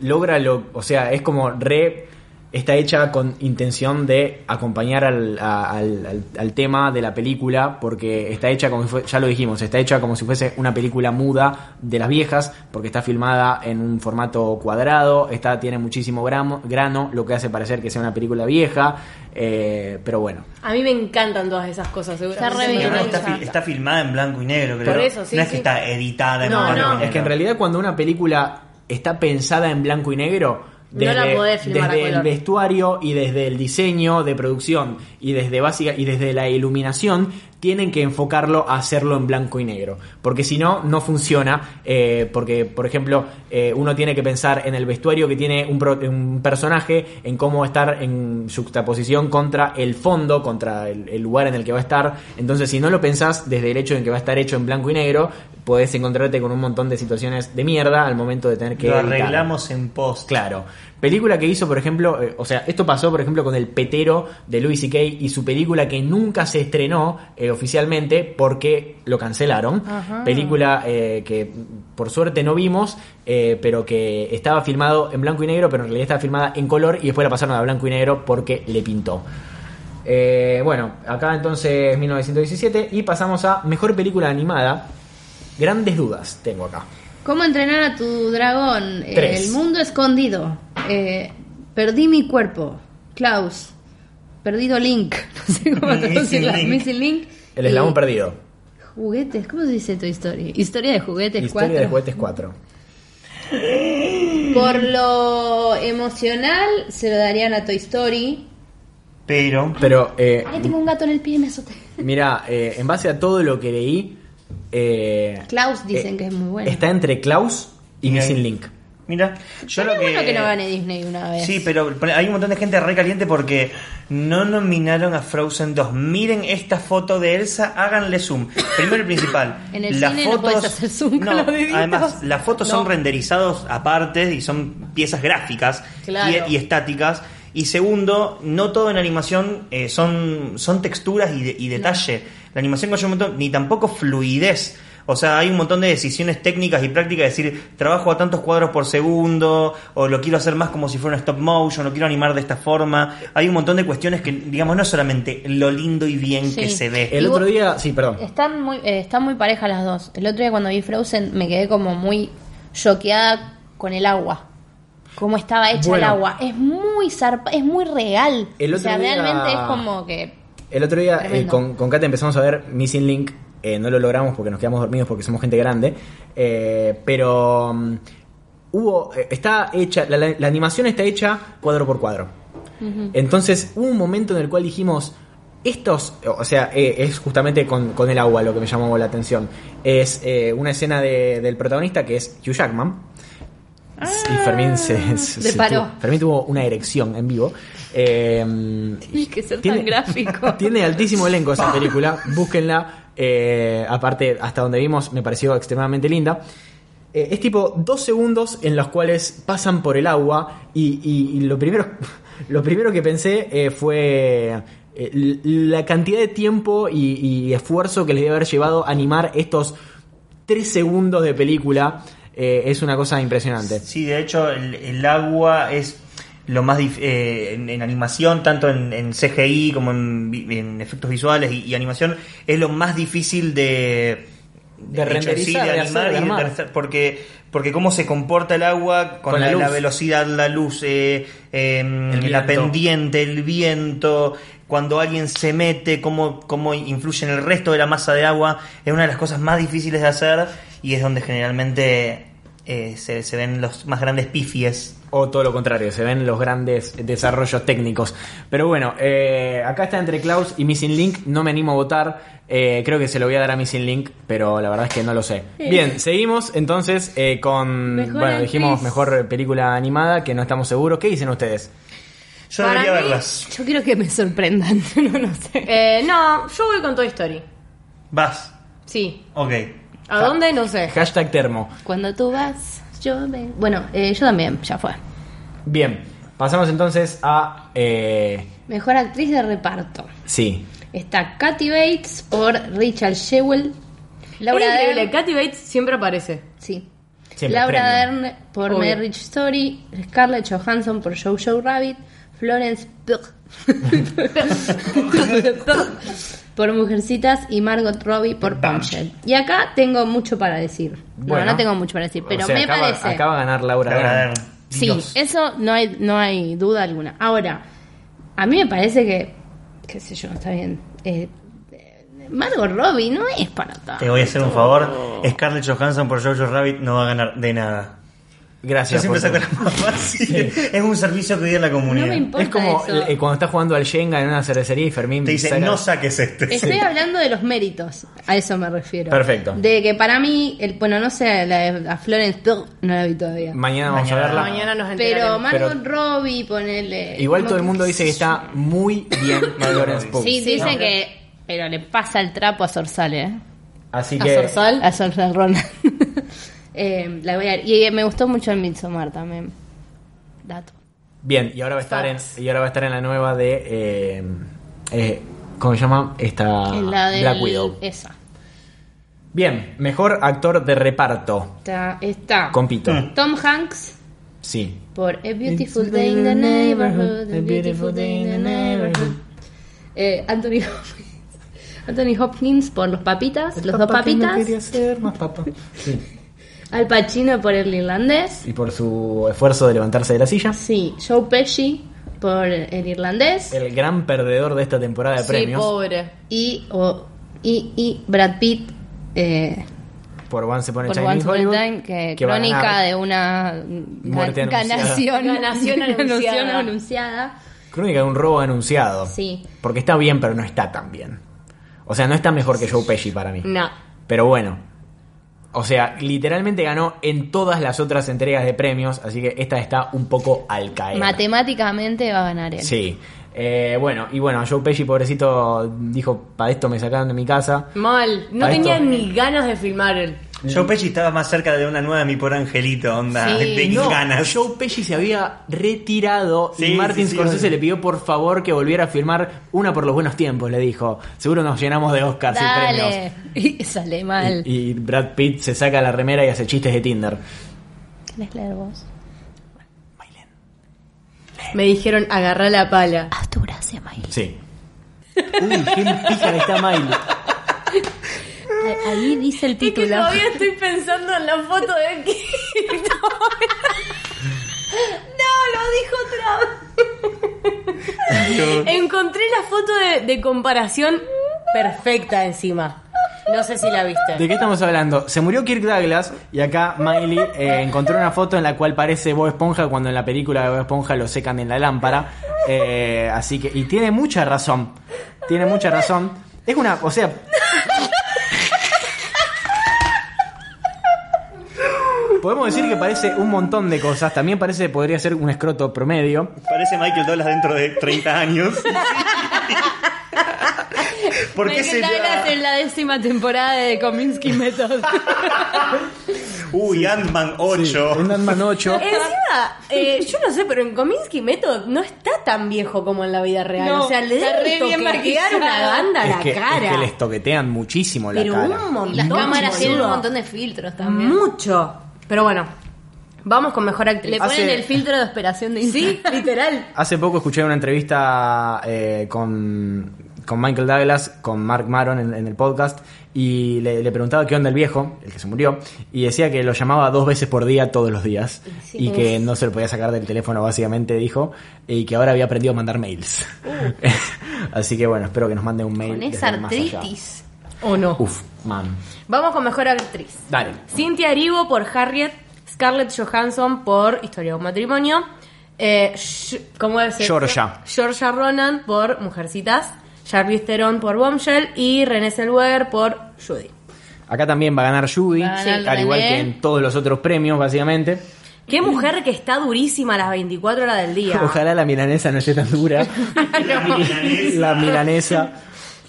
logra lo, o sea, es como re está hecha con intención de acompañar al, a- al- al- al tema de la película porque está hecha como si fue, ya lo dijimos, está hecha como si fuese una película muda de las viejas porque está filmada en un formato cuadrado, está tiene muchísimo gramo- grano, lo que hace parecer que sea una película vieja, eh, pero bueno.
A mí me encantan todas esas cosas, seguramente.
re bien
me
Pero no,
hecha.
encantan.
está, fi- está filmada en blanco y negro, creo.
Por eso, sí,
No es
sí.
que está editada en
No,
blanco y
no.
negro.
Es que en realidad cuando una película está pensada en blanco y negro,
No la podés filmar a
desde el
color.
vestuario y desde el diseño de producción y desde básica y desde la iluminación tienen que enfocarlo a hacerlo en blanco y negro porque si no no funciona eh, porque por ejemplo eh, uno tiene que pensar en el vestuario que tiene un, pro- un personaje en cómo estar en juxtaposición contra el fondo contra el, el lugar en el que va a estar entonces si no lo pensás desde el hecho en que va a estar hecho en blanco y negro podés encontrarte con un montón de situaciones de mierda al momento de tener que
Lo
editarlo.
arreglamos en post.
Claro. Película que hizo, por ejemplo, eh, o sea, esto pasó, por ejemplo, con El Petero de Louis C.K. y su película que nunca se estrenó eh, oficialmente porque lo cancelaron. Película eh, que por suerte no vimos, eh, pero que estaba filmado en blanco y negro, pero en realidad estaba filmada en color y después la pasaron a blanco y negro porque le pintó. Eh, bueno, acá entonces 1917 y pasamos a Mejor Película Animada. Grandes dudas tengo acá.
¿Cómo entrenar a tu dragón? Eh,
Tres.
El mundo escondido. Eh, perdí mi cuerpo. Klaus. Perdido Link. No sé cómo
Missing
traducirla.
Link.
Missing Link.
El
Y
eslabón perdido.
Juguetes. ¿Cómo se dice tu historia? Historia de juguetes
Historia de
4.
juguetes 4.
Por lo emocional, se lo darían a Toy Story.
Pero.
Pero, eh,
Ay, tengo un gato en el pie, me azoté.
mira, eh, en base a todo lo que leí. eh,
Klaus dicen que es muy bueno.
Está entre Klaus y
Y ahí-
Missing Link.
Mira, yo lo
Estaría
que.
bueno que no gane Disney una vez.
Sí, pero hay un montón de gente re caliente porque no nominaron a Frozen 2. Miren esta foto de Elsa, háganle zoom. Primero y principal.
En el cine no podés hacer zoom con los deditos.
además, las fotos son
No.
renderizados aparte y son piezas gráficas
Claro.
y, y estáticas. Y segundo, no todo en animación eh, son, son texturas y, de- y detalle. La animación conlleva un montón, ni tampoco fluidez. O sea, hay un montón de decisiones técnicas y prácticas, de decir, trabajo a tantos cuadros por segundo, o lo quiero hacer más como si fuera un stop motion, lo quiero animar de esta forma. Hay un montón de cuestiones que, digamos, no es solamente lo lindo y bien
Sí.
que se ve.
El
Y
otro
vos-
día. Sí, perdón.
Están muy, eh, están muy parejas las dos. El otro día cuando vi Frozen me quedé como muy choqueada con el agua. Cómo estaba hecha
Bueno.
el agua. Es muy zarpa, es muy real.
El
o sea,
otro día-
realmente es como que...
El otro día eh,
Tremendo.
con, con Kate empezamos a ver Missing Link. eh, no lo logramos porque nos quedamos dormidos porque somos gente grande. eh, pero mm, hubo. eh, Está hecha. La, la- la animación está hecha cuadro por cuadro. Entonces hubo un momento en el cual dijimos. Estos, o sea, eh, es justamente con, con el agua lo que me llamó la atención. Es eh, una escena de- del protagonista que es Hugh Jackman. y Fermín se, se- se
paró.
tuvo- Fermín tuvo una erección en vivo. Eh,
Tiene que ser tan
tiene-
gráfico.
Tiene altísimo elenco esa película, búsquenla. Eh, aparte, hasta donde vimos, me pareció extremadamente linda. Eh, es tipo dos segundos en los cuales pasan por el agua y, y- y lo, primero, lo primero que pensé eh, fue eh, l- la cantidad de tiempo y, y esfuerzo que les debe haber llevado animar estos tres segundos de película. Eh, es una cosa impresionante.
Sí, de hecho, el, el agua es lo más dif- eh, en, en animación, tanto en, en CGI como en, vi- en efectos visuales y, y animación, es lo más difícil de
De
hecho, sí,
renderizar,
de
de
animar
hacer, de
y de
armar.
tercer- porque, porque cómo se comporta el agua con,
Con la
la,
luz.
la velocidad, la luz, eh, eh, la
viento.
pendiente, el viento, cuando alguien se mete, cómo, cómo influye en el resto de la masa de agua, es una de las cosas más difíciles de hacer y es donde generalmente eh, se, se ven los más grandes pifies.
O todo lo contrario, se ven los grandes desarrollos técnicos. Pero bueno, eh, acá está entre Klaus y Missing Link. No me animo a votar. Eh, creo que se lo voy a dar a Missing Link, pero la verdad es que no lo sé.
Eh.
Bien, seguimos entonces eh, con.
Mejor
bueno, dijimos
actriz.
mejor película animada, que no estamos seguros. ¿Qué dicen ustedes?
Yo
Para
debería
mí,
verlas.
Yo quiero que me sorprendan. no, no sé.
Eh, no, yo voy con Toy Story.
Vas.
Sí.
Ok.
¿A dónde? No sé.
Hashtag termo.
Cuando tú vas, yo me... Bueno, eh, yo también, ya fue.
Bien, pasamos entonces a. eh,
Mejor actriz de reparto.
sí.
Está Kathy Bates por Richard Jewell. Laura
es increíble,
Dern-
Katy Bates siempre aparece.
Sí.
Siempre
Laura
premium.
Dern por
Obvio.
Marriage Story, Scarlett Johansson por Jojo Rabbit, Florence Pugh por Mujercitas y Margot Robbie por Bombshell. Y acá tengo mucho para decir.
Bueno.
no, no tengo mucho para decir, pero
O sea,
me
acaba,
parece.
Acaba de ganar Laura
Laura
Dern.
Dern.
Sí,
Dios.
eso no hay, no hay duda alguna. Ahora, a mí me parece que, qué sé yo, está bien. eh, eh, Margot Robbie no es para
Te
tanto.
voy a hacer un
Oh.
favor. Scarlett Johansson por Jojo Rabbit no va a ganar de nada. Yo
Gracias.
siempre
por
saco
tu-
la más fácil. Es un servicio que da la
No
comunidad.
me importa
Es como
eso.
eh, cuando estás jugando al Shenga en una cervecería y Fermín
Te dice,
saca-
no saques este.
Estoy hablando de los méritos, a eso me refiero.
Perfecto.
De que para mí, el, bueno, no sé, la de- a Florence Pugh no la vi todavía.
Mañana vamos
Mañana.
a verla.
Mañana nos
Pero
enteraremos.
Margot Robbie, ponele.
Igual
no-
todo el mundo dice que está muy bien Florence Pugh.
Sí, dice que. Pero le pasa el trapo a Sorsale, ¿eh?
Así
¿A
que
Zorzal?
A Sorsal Ronan. Eh, la voy a ver. Y eh, me gustó mucho el Midsommar también. Dato.
bien, y ahora va a estar en y ahora va a estar en la nueva de eh, eh, ¿cómo se llama? Esta
Es la eh, de.
Ah, Black Widow.
Esa.
Bien, mejor actor de reparto.
Está. está
Compito.
Tom Hanks
Sí.
por A Beautiful Day in the Neighborhood. A Beautiful Day in the Neighborhood. Eh, Anthony Hopkins. Anthony Hopkins por los papitas, los dos
Papá que no
papitas.
quería ser más papá. Sí.
Al Pacino por el irlandés.
Y por su esfuerzo de levantarse de la silla.
Sí, Joe Pesci por el irlandés.
El gran perdedor de esta temporada de
sí,
premios
pobre.
Y, o- y, y Brad Pitt eh,
por One se pone
por
Chinese
Once Upon a
Hollywood,
Time, que,
va a
crónica
ganar.
de una
Muerte
gan-
anunciada.
ganación,
Ganación anunciada.
ganación anunciada.
Crónica de un robo anunciado.
Sí.
Porque está bien, pero no está tan bien. O sea, no está mejor que Joe Pesci para mí.
No.
Pero bueno. O sea, literalmente ganó en todas las otras entregas de premios, así que esta está un poco al caer.
Matemáticamente va a ganar él.
Sí. Eh, bueno, y bueno, Joe Pesci, pobrecito, dijo, para esto me sacaron de mi casa.
Mal. No
Para
tenía
esto.
ni ganas de filmar él.
Joe Pesci estaba más cerca de una nueva Mi Por Angelito, onda.
Sí,
de
No,
ganas.
Joe Pesci se había retirado
Sí,
y Martin
sí, sí,
Scorsese
obvio.
le pidió por favor que volviera a firmar una por los buenos tiempos, le dijo. Seguro nos llenamos de Oscars y premios.
Dale. Y sale mal.
Y, y Brad Pitt se saca la remera y hace chistes de Tinder.
¿Querés leer vos?
Me dijeron, agarrá la pala.
Haz tu gracia, Miley.
Sí. Uy, qué pícara está Miley.
A- Ahí dice el
Es que
título.
todavía estoy pensando en la foto de Quito. no, lo dijo otra vez. Encontré la foto de, de comparación perfecta encima. No sé si la
¿De
viste.
qué estamos hablando? Se murió Kirk Douglas y acá Miley eh, encontró una foto en la cual parece Bob Esponja cuando en la película de Bob Esponja lo secan en la lámpara. Eh, así que, y tiene mucha razón. Tiene mucha razón. Es una, o sea, podemos decir que parece un montón de cosas. También parece que podría ser un escroto promedio.
Parece Michael Douglas dentro de 30 años. ¿Por qué
Michael
se
Douglas en la décima temporada de Kominsky Method.
Uy, Ant-Man 8.
Un Ant-Man 8.
Encima, eh, yo no sé, pero en Kominsky Method no está tan viejo como en la vida real.
No,
o sea, le
está re
deben
bien
toquetear una
maquillado.
banda a
Es
la
que, es
cara.
que les toquetean muchísimo la
pero
cara.
un montón.
Y las cámaras tienen
boludo.
un montón de filtros también.
Mm. Mucho. Pero bueno, vamos con mejor actriz.
Le ponen
Hace-
el filtro de operación de Instagram.
Sí, literal.
Hace poco escuché una entrevista eh, con con Michael Douglas, con Mark Maron en, en el podcast, y le, le preguntaba qué onda el viejo, el que se murió, y decía que lo llamaba dos veces por día todos los días,
Sí,
y
es-
que no se lo podía sacar del teléfono básicamente, dijo, y que ahora había aprendido a mandar mails. Así que bueno, espero que nos mande un mail.
Con
desde
esa
el más allá.
artritis.
¿O no?
Uf, man.
Vamos con mejor actriz.
Dale.
Cynthia Erivo por Harriet, Scarlett Johansson por Historia de un matrimonio, eh, Sh- ¿cómo es?
Georgia.
Georgia Ronan por Mujercitas, Charlize Theron por Bombshell y Renée Zellweger por Judy.
Acá también va a ganar Judy,
Va a ganar
al igual
René.
que en todos los otros premios, básicamente.
Qué mujer que está durísima a las 24 horas del día.
Ojalá la milanesa no esté tan dura. la milanesa.